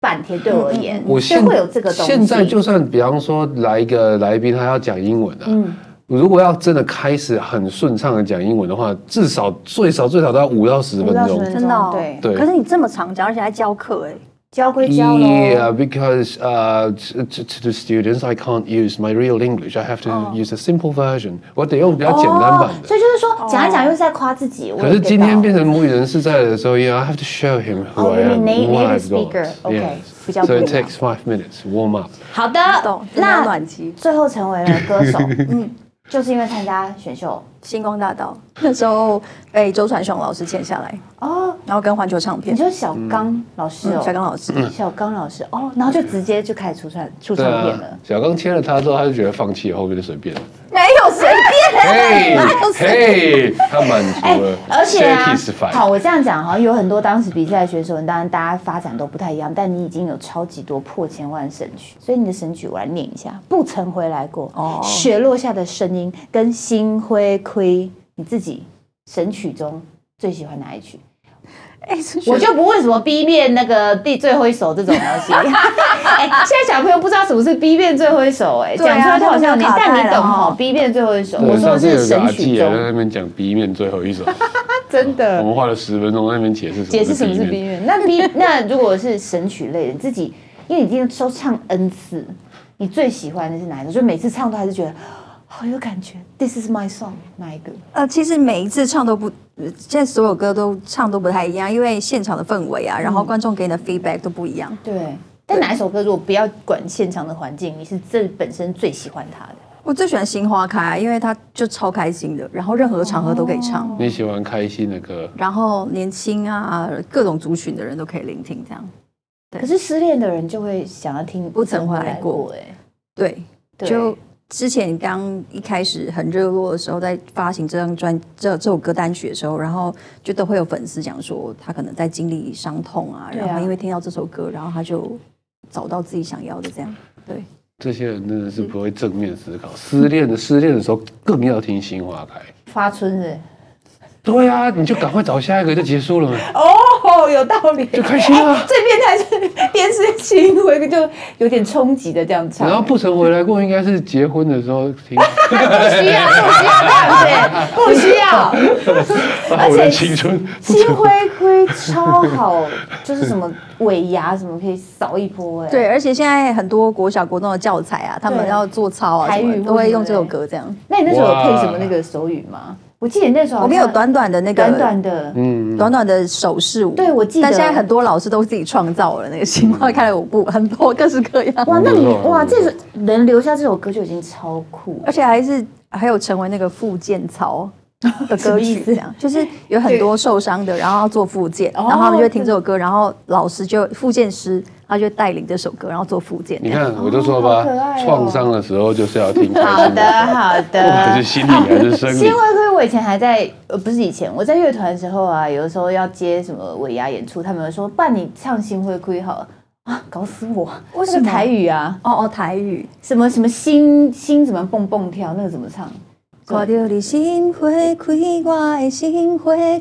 S2: 半天对我而言，
S6: 嗯我
S2: 所以
S6: 现
S2: 会有这个东西。
S6: 现在就算比方说来一个来宾，他要讲英文啊，
S2: 嗯
S6: 如果要真的开始很顺畅的讲英文的话，至少最少最少都要五到十
S2: 五
S6: 分
S2: 到十
S6: 钟
S2: 分。
S3: 真的、哦，
S2: 对
S6: 对
S3: 可是你这么常讲，而且还教课哎、
S2: 教归教喽。
S6: Yeah, because uh, to, to, to the students, I can't use my real English. I have to
S2: Oh
S6: use a simple version. 我得用比较简单版的。
S2: 所以就是说，讲一讲又是在夸自己。哦我
S6: 可
S2: 有
S6: 是
S2: get
S6: 今天
S2: 到
S6: 变成母语人士在的时候，Yeah, I have to show him who
S2: Oh,
S6: I
S2: you mean
S6: am,
S2: native-
S6: what
S2: native
S6: I've got.
S2: speaker. Okay，比较
S6: so
S2: 不一
S6: it
S2: 样
S6: takes five minutes warm up.
S2: 好
S3: 懂
S2: 的，
S3: 真的要
S2: 那
S3: 暖机。
S2: 最后成为了歌
S6: [LAUGHS]
S2: 手，嗯，就是因为参加选秀
S3: 星光大道那时候被周传雄老师签下来，
S2: 哦。
S3: 然后跟环球唱片
S2: 你，说小刚老师哦，
S3: 嗯小刚老师，
S2: 小刚老师哦，然后就直接就开始出唱出唱
S6: 对
S2: 片
S6: 啊
S2: 了，，
S6: 小刚签了他之后，他就觉得放弃，后面就随便了。
S3: 没有随便，
S6: 嘿，
S3: 随
S6: 嘿，他满足了，
S2: 而且啊
S6: satisfied，
S2: 好，我这样讲好像有很多当时比赛的选手，当然大家发展都不太一样，但你已经有超级多破千万神曲，所以你的神曲我来念一下：不曾回来过，
S3: 哦
S2: 雪落下的声音跟心灰灰，你自己神曲中最喜欢哪一曲？
S3: 哎
S2: 我就不为什么逼面那个第最后一首这种东西。 [LAUGHS] 哎、现在小朋友不知道什么是逼面最后一首、哎、
S3: 对啊
S2: 讲出来都好像有年
S3: 他们
S2: 代，
S3: 卡带
S2: 但你懂
S3: 了
S2: 哈
S3: 哈？
S2: 逼面最后一首，
S6: 我
S2: 我说
S6: 上
S2: 的
S6: 次有
S2: 是
S6: 个
S2: 神
S6: 阿
S2: 曲
S6: 纪在
S2: 中，
S6: 那边讲 B 面最
S2: [LAUGHS]
S6: 后一首，
S2: 真的
S6: 我。们花了十分钟在那边解释
S2: 解释什么是
S6: 面
S2: B [LAUGHS] 面。那 B 那如果是神曲类的，你自己因为你已经都唱 N 次，你最喜欢的是哪一首？就每次唱都还是觉得好有感觉。This is my song，哪一个？
S3: 呃，其实每一次唱都不，呃现在所有歌都唱都不太一样，因为现场的氛围啊，然后观众给你的 feedback 都不一样。
S2: 对，但哪一首歌如果不要管现场的环境，你是这本身最喜欢它的？
S3: 我最喜欢《心花开》啊，因为它就超开心的，然后任何场合都可以唱，
S6: 你喜欢开心的歌，
S3: 然后年轻啊，各种族群的人都可以聆听，这样对
S2: 可是失恋的人就会想要听《
S3: 不曾回来过
S2: 哎，
S3: 对。
S2: 对
S3: 就之前刚一开始很热络的时候，在发行这张专这这首歌单曲的时候，然后就都会有粉丝讲说，他可能在经历伤痛啊，
S2: 对啊
S3: 然后因为听到这首歌，然后他就找到自己想要的这样。对，
S6: 这些人真的是不会正面思考。失恋的失恋的时候更要听心花开。
S2: 发春日
S6: 对啊，你就赶快找下一个就结束了嘛，
S2: 哦，有道理。
S6: 就开心
S2: [LAUGHS]
S6: 啊。
S2: 最变态是电视剧，因为就有点冲击的这样唱，
S6: [LAUGHS] 然后不曾回来过，应该是结婚的时候听。
S2: 不需要，不需要这样子，不需
S6: [LAUGHS]
S2: 要。
S6: 啊， [LAUGHS] 我的青春不
S2: 金
S6: 曾。
S2: 灰龟超好，就是什么尾牙什么可以扫一波哎、
S3: 对，，而且现在很多国小国中的教材啊，他们
S2: 对
S3: 要做操啊，
S2: 台
S3: 什
S2: 语
S3: 么都
S2: 或什
S3: 会
S2: 么
S3: 用
S2: 的
S3: 这首歌这样。
S2: 那你那时候有配什么那个手语吗？我记得你那时候好
S3: 我
S2: 像
S3: 们有短短的那个
S2: 短短的，
S6: 嗯，
S3: 短短的手势舞，
S2: 对我记得嗯
S3: 但现在很多老师都自己创造了那个新花开的舞步，很多各式各样，
S2: 哇，那你
S6: 不错
S2: 哇，
S6: 不错
S2: 这首能留下这首歌就已经超酷了
S3: 而。且还是还有成为那个复健 [LAUGHS] 操。的歌曲这样，啊就是有很多受伤的，然后要做复健，然
S2: 哦
S3: 后他们就会听这首歌，然后老师就复健师，他就带领这首歌，然后做复健。
S6: 你看，我就说吧
S2: 好可爱哦，
S6: 创伤的时候就是要听开
S2: 好的，
S6: 心的。
S2: 好
S6: [LAUGHS] 不管
S2: [LAUGHS] 的。
S6: 是心理还是生理
S2: 新，会会，我以前还在，呃，不是以前，我在乐团的时候啊，有的时候要接什么尾牙演出，他们有说，伴你唱新会亏好了啊，搞死我！为什么台语啊？
S3: 哦哦，台语。
S2: 什么什么心心什么蹦蹦跳，那个怎么唱？
S3: 看到你心花开，我的心花开，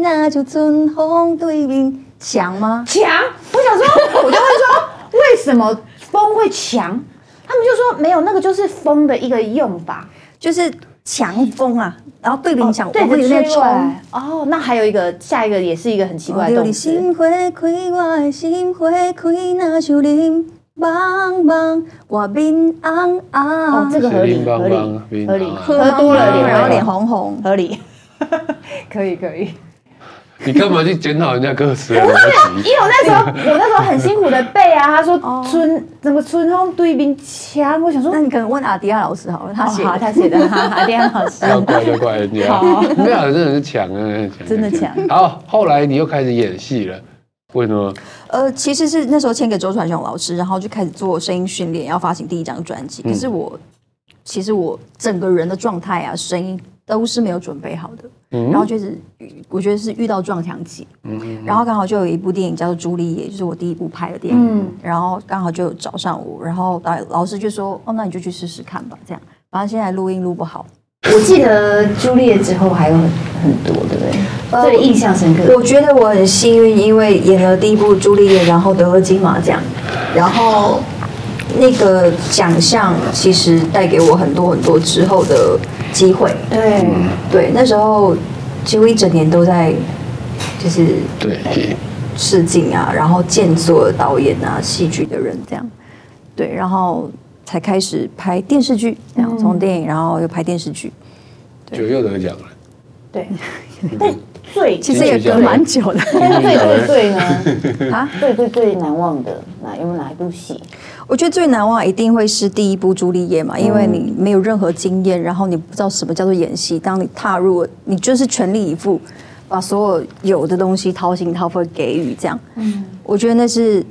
S3: 那就春风对面。强吗？
S2: 强，我想说，我就会说，为什么风会强？他们就说没有，那个就是风的一个用法，
S3: 就是强风啊，然后对啊比强，
S2: 对
S3: 我会有
S2: 着
S3: 那
S2: 吹
S3: 个
S2: 过
S3: 冲
S2: 来。哦，那还有一个，下一个也是一个很奇怪的
S3: 着
S2: 动
S3: 你
S2: 词。
S3: 哦心花开，我的心花开，若像林茫茫，我面红
S2: 哦，这
S3: 红，
S2: 个合理，
S6: 是
S2: 合理，
S6: 乒乓乓
S2: 合理，
S6: 乒乓
S2: 喝哦多了脸
S3: 然后
S2: 会
S3: 脸红
S2: 红，
S3: 红。
S2: 合理，可以可以。
S6: 你干嘛去检讨人家歌词的逻辑？
S2: 因为我那时候，我那时候很辛苦的背啊，他说春怎么春风对面强，我想说
S3: 那，你可能问阿迪亚老师好了，他
S2: 哦
S3: 写
S2: 好，他写的，哈哈，丁老师
S6: 不，要怪就怪人家，那样真的是强啊，
S2: 真的强。
S6: 好，后来你又开始演戏了，为什么？
S3: 呃，其实是那时候签给周传雄老师，然后就开始做声音训练，要发行第一张专辑。可是我、其实我整个人的状态啊，声音都是没有准备好的，然后就是我觉得是遇到撞墙期，然后刚好就有一部电影叫做《朱丽叶》，就是我第一部拍的电影，
S2: 嗯
S3: 然后刚好就有找上我，然后导演老师就说：“哦，那你就去试试看吧。”这样，反正现在录音录不好，
S2: 我记得朱丽叶之后还有很很多，对不对？
S3: 呃
S2: 最印象深刻的
S3: 我觉得我很幸运，因为演了第一部《朱丽叶》，然后得了金马奖，然后那个奖项其实带给我很多很多之后的机会。
S2: 对，
S3: 对，那时候几乎一整年都在就是
S6: 对，
S3: 试镜啊，然后见所有导演啊、戏剧的人这样，对，然后才开始拍电视剧，这样从电影，然后又拍电视剧，
S6: 就又得奖了。
S2: 对，但最
S3: 其实也隔蛮久的。
S2: 但最最最呢？
S3: 啊，
S2: 最最最难忘的哪有没有哪一部戏？
S3: 我觉得最难忘一定会是第一部《朱丽叶》
S6: 嗯
S3: 嘛，因为你没有任何经验，然后你不知道什么叫做演戏。当你踏入了，你就是全力以赴，把所有有的东西掏心掏肺给予这样。嗯，我觉得那是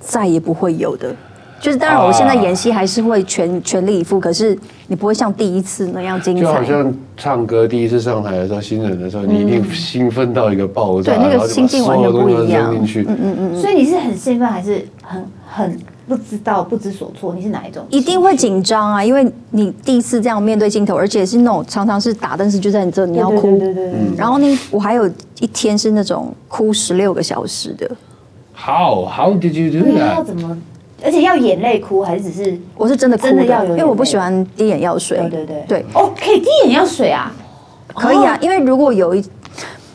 S3: 再也不会有的。就是当然，我现在演戏还是会全全力以赴，可是你不会像第一次那样精
S6: 就好
S3: 彩。
S6: 像唱歌第一次上台的时候，新人的时候，你一定兴奋到一个爆炸，
S3: 对那个
S6: 然后就把
S3: 心境完全
S6: 所有东西都
S3: 不一样
S6: 扔进去，
S2: 所以你是很兴奋，还是很很不知道、不知所措？你是哪一种？
S3: 一定会紧张啊，因为你第一次这样面对镜头，而且是那种常常是打灯时就在你这，你
S2: 对
S3: 要
S2: 对
S3: 哭，
S2: 对对对对
S3: 然后呢，我还有一天是那种哭十六个小时的，
S6: How how did you do
S2: 对啊，要
S6: that？
S2: 怎么？而且要眼泪哭，还是只是？
S3: 我是真的哭
S2: 真的要有
S3: 因
S2: 眼
S3: 为我不
S2: 泪
S3: 喜欢滴眼药水。
S2: 对对对
S3: 对，
S2: 哦，可以滴眼药水啊！
S3: 可以啊，因为如果有一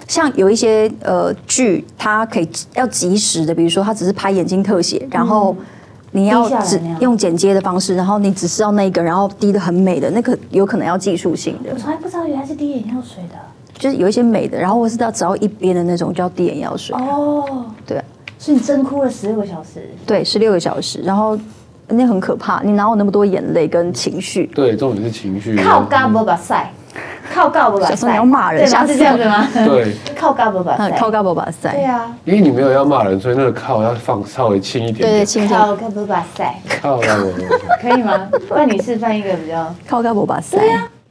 S3: 像有一些呃剧，它可以要及时的，比如说它只是拍眼睛特写，然后。你
S2: 低
S3: 要
S2: 嗯下来
S3: 只
S2: 那样
S3: 用剪接的方式，然后你只吃到那一个，然后滴的很美的那个，有可能要技术性的
S2: 我，从来不知道原来是滴眼药水的
S3: 就是有一些美的，然后或是到只要一边的那种叫滴眼药水，
S2: 哦，
S3: 对
S2: 所以你真哭了十六个小时，
S3: 对，十六个小时，然后那很可怕，你哪有那么多眼泪跟情绪？
S6: 对，重点是情绪。啊
S2: 靠嘎不把塞，靠嘎不把
S3: 小时候
S2: 塞，
S3: 你要骂人
S2: 对吗？
S3: 吓死
S2: 是这样子吗？
S6: 对，
S2: 啊靠嘎不把
S3: 嗯，
S2: 塞，
S3: 靠嘎巴巴塞，
S2: 对啊，
S6: 因为你没有要骂人，所以那个靠要放稍微轻一点
S3: 对对，
S6: 点。
S3: 轻轻
S2: 靠嘎不把塞，
S6: 靠啊，我
S2: 可以吗？ [LAUGHS] 不然你示范一个比较
S3: 靠嘎巴巴塞，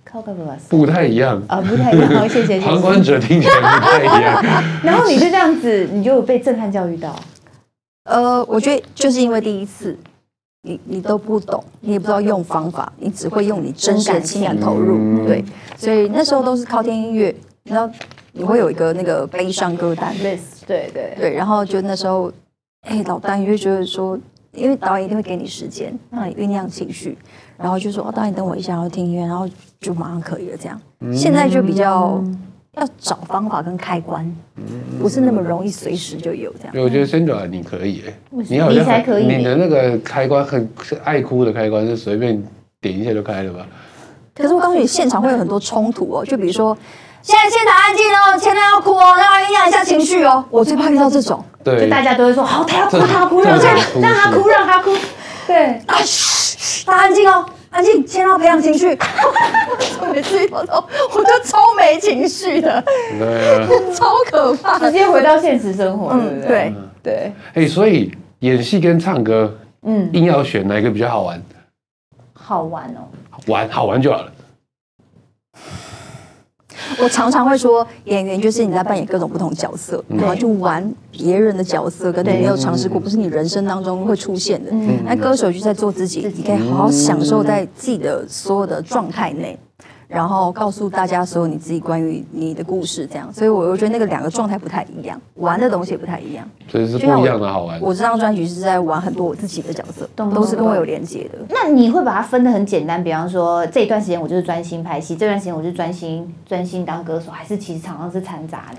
S2: 靠嘎不把塞
S6: 不太一
S2: [LAUGHS]
S6: 样，
S2: 啊，不太一样，好谢谢谢
S6: 旁
S2: 谢。
S6: 观者听起来不太一样。 [LAUGHS]
S2: 然后你就这样子，你就有被震撼教育到，
S3: 呃，我觉得就是因为第一次，你你都不懂，你也不知道用方法，你只会用你真实的情感投入，对，所以那时候都是靠听音乐，然后你会有一个那个悲伤歌单，
S2: 类似对对，
S3: 对，然后就那时候，哎，老丹就会觉得说，因为导演一定会给你时间让你酝酿情绪，然后就说哦，导演等我一下，然后听音乐，然后就马上可以了。这样，现在就比较要找方法跟开关，不是那么容易随时就有这样。
S6: 我觉得 Sandra 你可以耶，
S2: 什
S6: 啊
S2: 么
S6: 你好像
S2: 你才可以
S6: 你的那个开关很是爱哭的开关，是随便点一下就开了吧？
S3: 可是我告诉你，现场会有很多冲突哦，就比如说。现在现场安静哦，前男要哭哦，让我酝酿一下情绪哦。我最怕遇到这种，
S6: 对
S2: 就，大家都会说好，他要哭，
S6: 这
S2: 他要哭，
S6: 这
S2: 让他
S6: 很突
S2: 让他
S6: 出
S2: 哭，
S3: [LAUGHS]
S2: 让他哭，对，
S3: 啊嘘，嘘大家安静哦，安静，先要培养情绪。 [LAUGHS] 每次遇到这种，我就超没情绪的，
S6: 对啊。
S3: 超可怕
S2: 直接回到现实生活，对
S3: 嗯，
S2: 不对？
S3: 对，
S2: 对，
S6: 哎、所以演戏跟唱歌，
S2: 嗯，
S6: 硬要选哪一个比较好玩？
S2: 好玩哦，
S6: 玩好玩就好了。
S3: 我常常会说，演员就是你在扮演各种不同角色，然后去玩别人的角色，跟你没有尝试过，不是你人生当中会出现的。
S2: 嗯
S3: 那歌手就在做嗯自己，你可以好好享受在自己的所有的状态内。然后告诉大家所有你自己关于你的故事，这样，所以我我觉得那个两个状态不太一样，玩的东西也不太一样。
S6: 所以是不一样的好玩。
S3: 我这张专辑是在玩很多我自己的角色，
S2: 懂
S3: 都是跟
S2: 懂
S3: 我有连接的。
S2: 那你会把它分得很简单，比方说这一段时间我就是专心拍戏，这段时间我就专心专心当歌手，还是其实常常是掺杂的？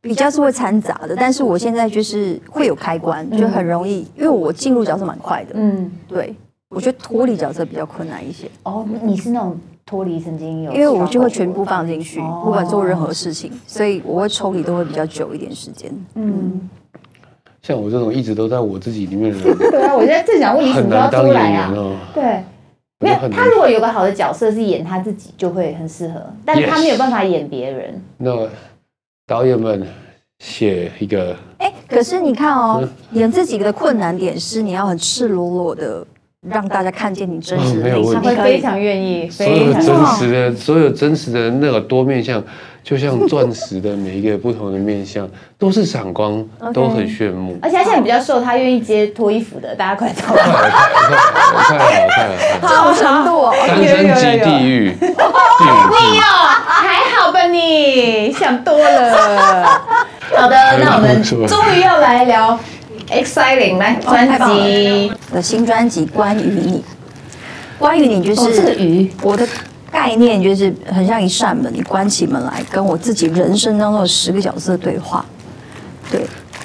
S3: 比较是会掺杂的，但是我现在就是会有开关，就很容易，因为我进入角色蛮快的，
S2: 嗯，
S3: 对。我觉得脱离角色比较困难一些，
S2: 哦，你是那种脱离神经有，
S3: 因为我就会全部放进去，
S2: 哦
S3: 不管做任何事情，所以我会抽离都会比较久一点时间。
S2: 嗯，
S6: 像我这种一直都在我自己里面的人，
S2: 对啊，我现在正想 [LAUGHS] 问你什
S6: 很
S2: 么时候
S6: 难当
S2: 出
S6: 演
S2: 来
S6: 员
S2: 啊？
S6: 哦。
S2: 对。
S6: 我
S2: 没
S6: 就
S2: 有
S6: 很，难
S2: 他如果有个好的角色是演他自己，就会很适合，但他
S6: Yes
S2: 没有办法演别人。
S6: 那导演们写一个，
S3: 哎，可是你看哦，演自己的困难点是你要很赤裸裸的让大家看见你真实
S6: 嗯
S3: 的
S6: 没有
S3: 内
S6: 问
S3: 心，
S6: 题
S2: 他
S3: 你
S2: 会
S3: 可
S2: 非
S3: 以
S2: 常愿意，
S6: 所有
S2: 非常
S6: 真实的，所有真实的那个多面相，就像钻石的每一个不同的面相，都是闪光，都很炫目。
S2: 而且他现在比较瘦，他愿意接脱衣服的，大家快走。 [LAUGHS]
S6: 太好看了，太好看
S3: 好
S6: 了！
S3: 程度哦。
S6: 单身即地狱，第五季。
S2: 还好吧你，想多了。好的，那我们终于要来聊 exciting 来专辑。
S3: 我的新专辑《关于你》，关于你就是、
S2: 哦这个鱼，
S3: 我的概念就是很像一扇门，你关起门来跟我自己人生当中的十个角色对话。对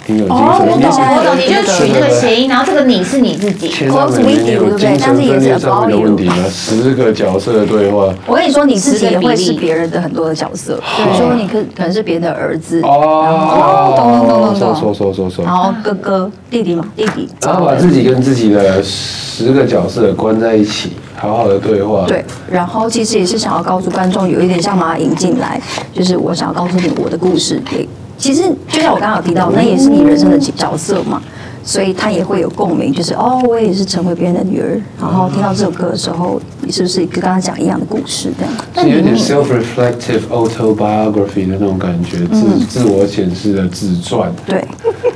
S6: 挺有精
S2: 哦，我
S6: 神，
S2: 懂，
S6: 你
S2: 我懂，你就取这个谐音，然后这个你是你自己。
S6: 前面每年有精神分裂上面的问题吗？十个角色的对话，
S3: 我跟你说，你自己也会
S2: 十
S3: 是
S2: 个比例
S3: 别人的很多的角色，比如说你可可能是别人的儿子，
S6: 哦，
S3: 懂懂懂
S6: 说
S3: 懂
S6: 说说说说
S3: 然，后哥哥、弟弟嘛，弟弟，
S6: 然后把自己跟自己的十个角色关在一起，好好的对话。
S3: 对，然后其实也是想要告诉观众，有一点像把它引进来，就是我想要告诉你我的故事。也其实就像我刚刚有提到，那也是你人生的角色嘛，所以他也会有共鸣，就是哦，我也是成为别人的女儿。然后听到这首歌的时候，你是不是跟刚刚讲一样的故事这样？
S6: 是有点 self-reflective autobiography 的那种感觉，自自我显示的自传。
S3: 对，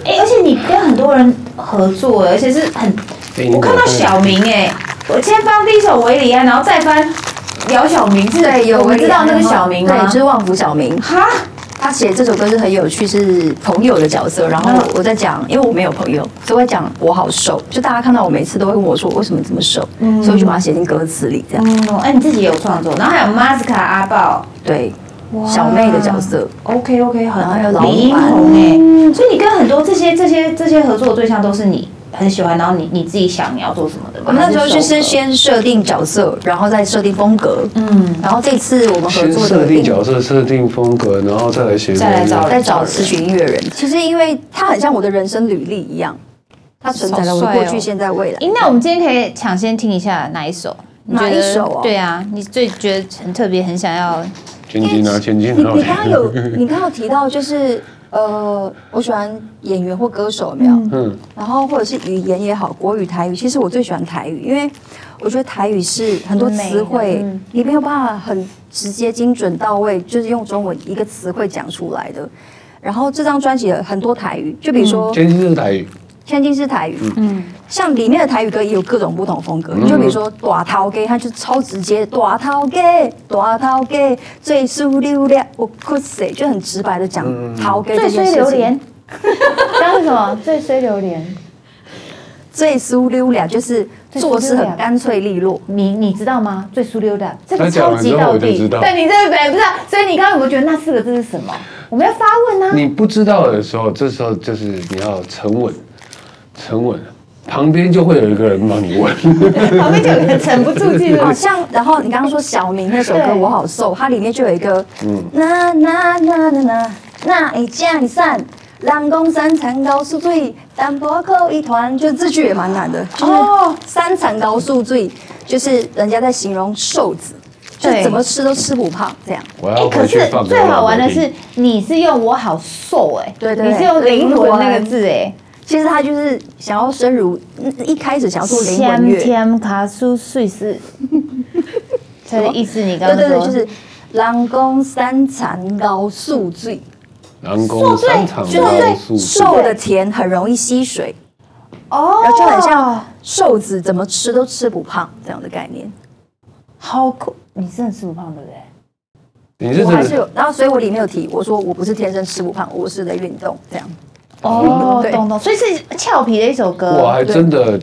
S2: 哎，而且你跟很多人合作，而且是很，
S6: 哎
S2: 我看到小，明哎，我先翻第一首维里安，然后再翻聊小明，是我们知道那个小明
S3: 对，
S2: 吗
S3: 就？是旺福小明。
S2: 哈，
S3: 他写这首歌是很有趣，是朋友的角色。然
S2: 嗯
S3: 后我在讲，因为我没有朋友，所以我在讲我好瘦。就大家看到我每次都会问我说为什么这么瘦，所以我就把它写进歌词里这样。
S2: 嗯，哎，你自己有创作，然后还有马斯卡阿豹。
S3: 对，小妹的角色，
S2: OK OK，
S3: 然后有
S2: 很
S3: 老板
S2: 李英红哎，所以你跟很多这些这些这些合作的对象都是你，很喜欢，然后你你自己想你要做什么的吗？
S3: 我们那时候就
S2: 还
S3: 是
S2: 是
S3: 先设定角色，然后再设定风格，嗯，然后这次我们合
S6: 先
S3: 作
S6: 设
S3: 的
S6: 定角色、设定风格，然后再来写。
S2: 再来找
S3: 在找词曲音乐人。其实因为它很像我的人生履历一样，它存在了我
S1: 好
S3: 的
S1: 帅哦
S3: 过去、现在、未来。
S1: 诶那我们今天可以抢先听一下哪一首？你觉得
S3: 哪一首啊
S1: 对啊，你最觉得很特别，很想要
S6: 千金啊，千金
S3: 你
S6: 很好
S3: 你刚刚
S6: 听。
S3: 有你刚刚有提到就是呃，我喜欢演员或歌手有没有？
S6: 嗯，
S3: 然后或者是语言也好，国语、台语，其实我最喜欢台语，因为我觉得台语是很多
S6: 啊
S3: 词汇
S6: 嗯
S3: 你没有办法很直接、精准到位，就是用中文一个词汇讲出来的。然后这张专辑的很多台语，就比如说《
S6: 千金是台语，
S3: 千金是台语》，嗯，像里面的台语歌也有各种不同风格，就比如说“大头给”，它就超直接，“大头给，大头给，最输榴莲，我哭死”，就很直白的讲“头给”
S8: 最
S3: 这件
S8: 衰
S3: 事
S8: 榴
S3: 情
S8: 莲。， [LAUGHS] 刚刚是什么？最衰榴莲。
S3: 最输溜俩就是做事很干脆利落。
S8: 你你知道吗？最输溜的这
S6: 他
S8: 个
S6: 讲
S8: 超
S6: 完
S8: 级
S6: 之后
S8: 到
S6: 我就知
S8: 底，
S6: 道
S8: 但你这个本来不知道，所以你刚刚有没有觉得那四个字是什么？我们要发问
S6: [LAUGHS]
S8: 啊！
S6: 你不知道的时候，这时候就是你要沉稳，沉稳，旁边就会有一个人帮你
S3: [LAUGHS]
S6: 问。
S8: 旁边就有人沉不住气
S3: 好
S8: 了。
S3: 像，然后你刚刚说小明那首歌《
S8: 对
S3: 我好瘦》，它里面就有一个，那那那那那那一家你散，人工三餐高速醉，淡薄扣一团，就是这句也蛮难的，就是
S8: 哦
S3: 三餐高速醉，就是人家在形容瘦子，就是
S8: 对
S3: 怎么吃都吃不胖这样。
S6: 我要
S8: 可
S6: 回去
S8: 是
S3: 哎
S6: 放。
S8: 最好玩的是，，你是用我好瘦哎，
S3: 对对
S8: 你是用灵魂那个字哎，
S3: 其实他就是想要深入，嗯一开始想要做灵魂
S1: 天
S3: 乐，
S1: 天卡苏碎是，它的意思你刚
S3: 对
S1: 刚
S3: 对对，
S1: 说
S3: 就是人工三餐高速醉。
S6: 南宫三场高速
S3: 瘦的甜很容易吸水，哦，然后就很像瘦子怎么吃都吃不胖这样的概念。
S8: 好酷！你真的吃不胖对不对？
S6: 你是
S3: 我
S6: 真
S3: 还是
S6: 的
S3: 有，然后所以我里面有提，我说我不是天生吃不胖，我是在运动这样。
S8: 哦，
S3: 对
S8: 懂懂，所以是俏皮的一首歌。
S2: 嗯
S6: 我还真的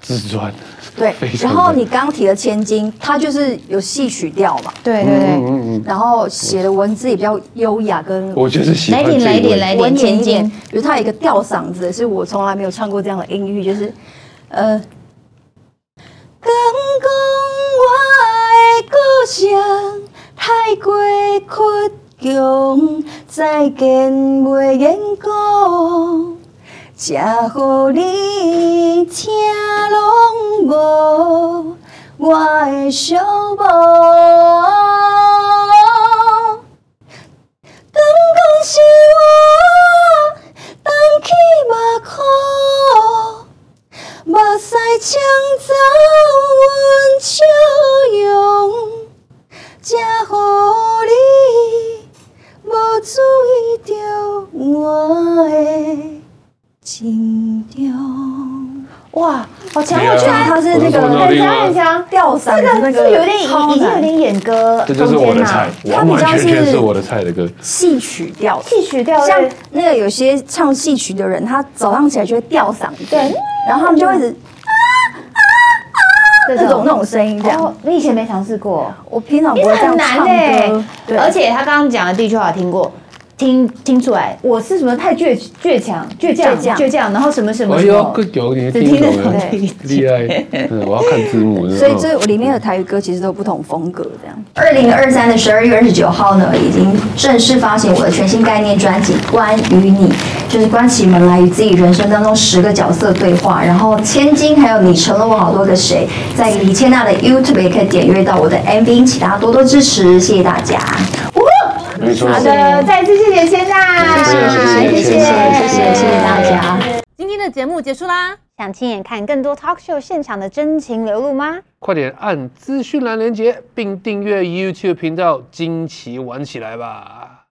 S6: 自传。
S3: 对
S6: 非，常
S3: 然
S6: 的
S3: 后你刚提的《千金》，它就是有戏曲调嘛，
S8: 对对对，
S6: 嗯嗯，
S3: 然后写的文字也比较优雅跟
S6: 我就是喜欢
S1: 来
S6: 这
S1: 一点来一
S6: 一
S1: 点
S6: 位
S1: 来一
S3: 文
S1: 点
S3: 言
S1: 千
S3: 一点
S1: 金，，
S3: 比如他有一个吊嗓子，是我从来没有唱过这样的音域，就是，呃，刚讲我的故乡太过倔强，再见袂言讲，才乎你听拢无我的寂寞。敢讲是我放弃目眶，目屎冲走阮笑容，才乎你无注意到我的情重。
S8: 哇，好强！
S6: 对啊
S8: 我觉得
S3: 它是那
S6: 我
S3: 个
S6: 说
S8: 很
S6: 另
S8: 强
S6: 外
S8: 很强。
S3: 吊嗓
S8: 这个
S3: 子那
S8: 是不是
S3: 个
S8: 有点已
S3: 超
S8: 已经有
S3: 难
S8: 点演歌
S6: 这
S8: 中间
S6: 就
S8: 啦，
S6: 是我的菜，完完全全是我的菜的歌。
S3: 戏曲调的。
S8: 戏曲调
S3: 像
S8: 类
S3: 那个有些唱戏曲的人，他早上起来就会吊嗓子，对，然后他们就会一
S8: 嗯
S3: 直
S8: 这
S3: 那种那种声音这样。
S8: 哦，你以前没尝试过，
S3: 我平常不
S8: 因
S3: 会
S8: 为
S3: 这样
S8: 很难
S3: 唱
S8: 哎、
S3: 歌，对，
S8: 而且他刚刚讲的第一句话我听过，听听出来，我是什么太倔倔强、倔强、
S3: 倔强
S8: 倔强，然后什么什么
S6: 哎
S8: 什
S6: 呦，
S8: 么
S6: 各，有你
S8: 只
S6: 听
S8: 听得
S6: 懂了
S8: 懂，
S6: [LAUGHS] 厉害！嗯，我要看字幕。
S3: 所以这里面的台语歌其实都有不同风格这样。二零二三的十二月二十九号呢，已经正式发行我的全新概念专辑《关于你》，就是关起门来与自己人生当中十个角色对话。然后《千金》还有《你成了我好多个谁》，在李千娜的 YouTube 也可以点阅到我的 MV，请大家多多支持，谢谢大家。
S6: 嗯没错，
S8: 好的，再次谢谢谢娜，
S6: 谢谢谢谢
S3: 谢谢谢谢大家。
S7: 今天的节目结束啦，
S8: 想亲眼看更多 talk show 现场的真情流露吗？
S4: 快点按资讯栏连接，并订阅 YouTube 频道，惊奇玩起来吧！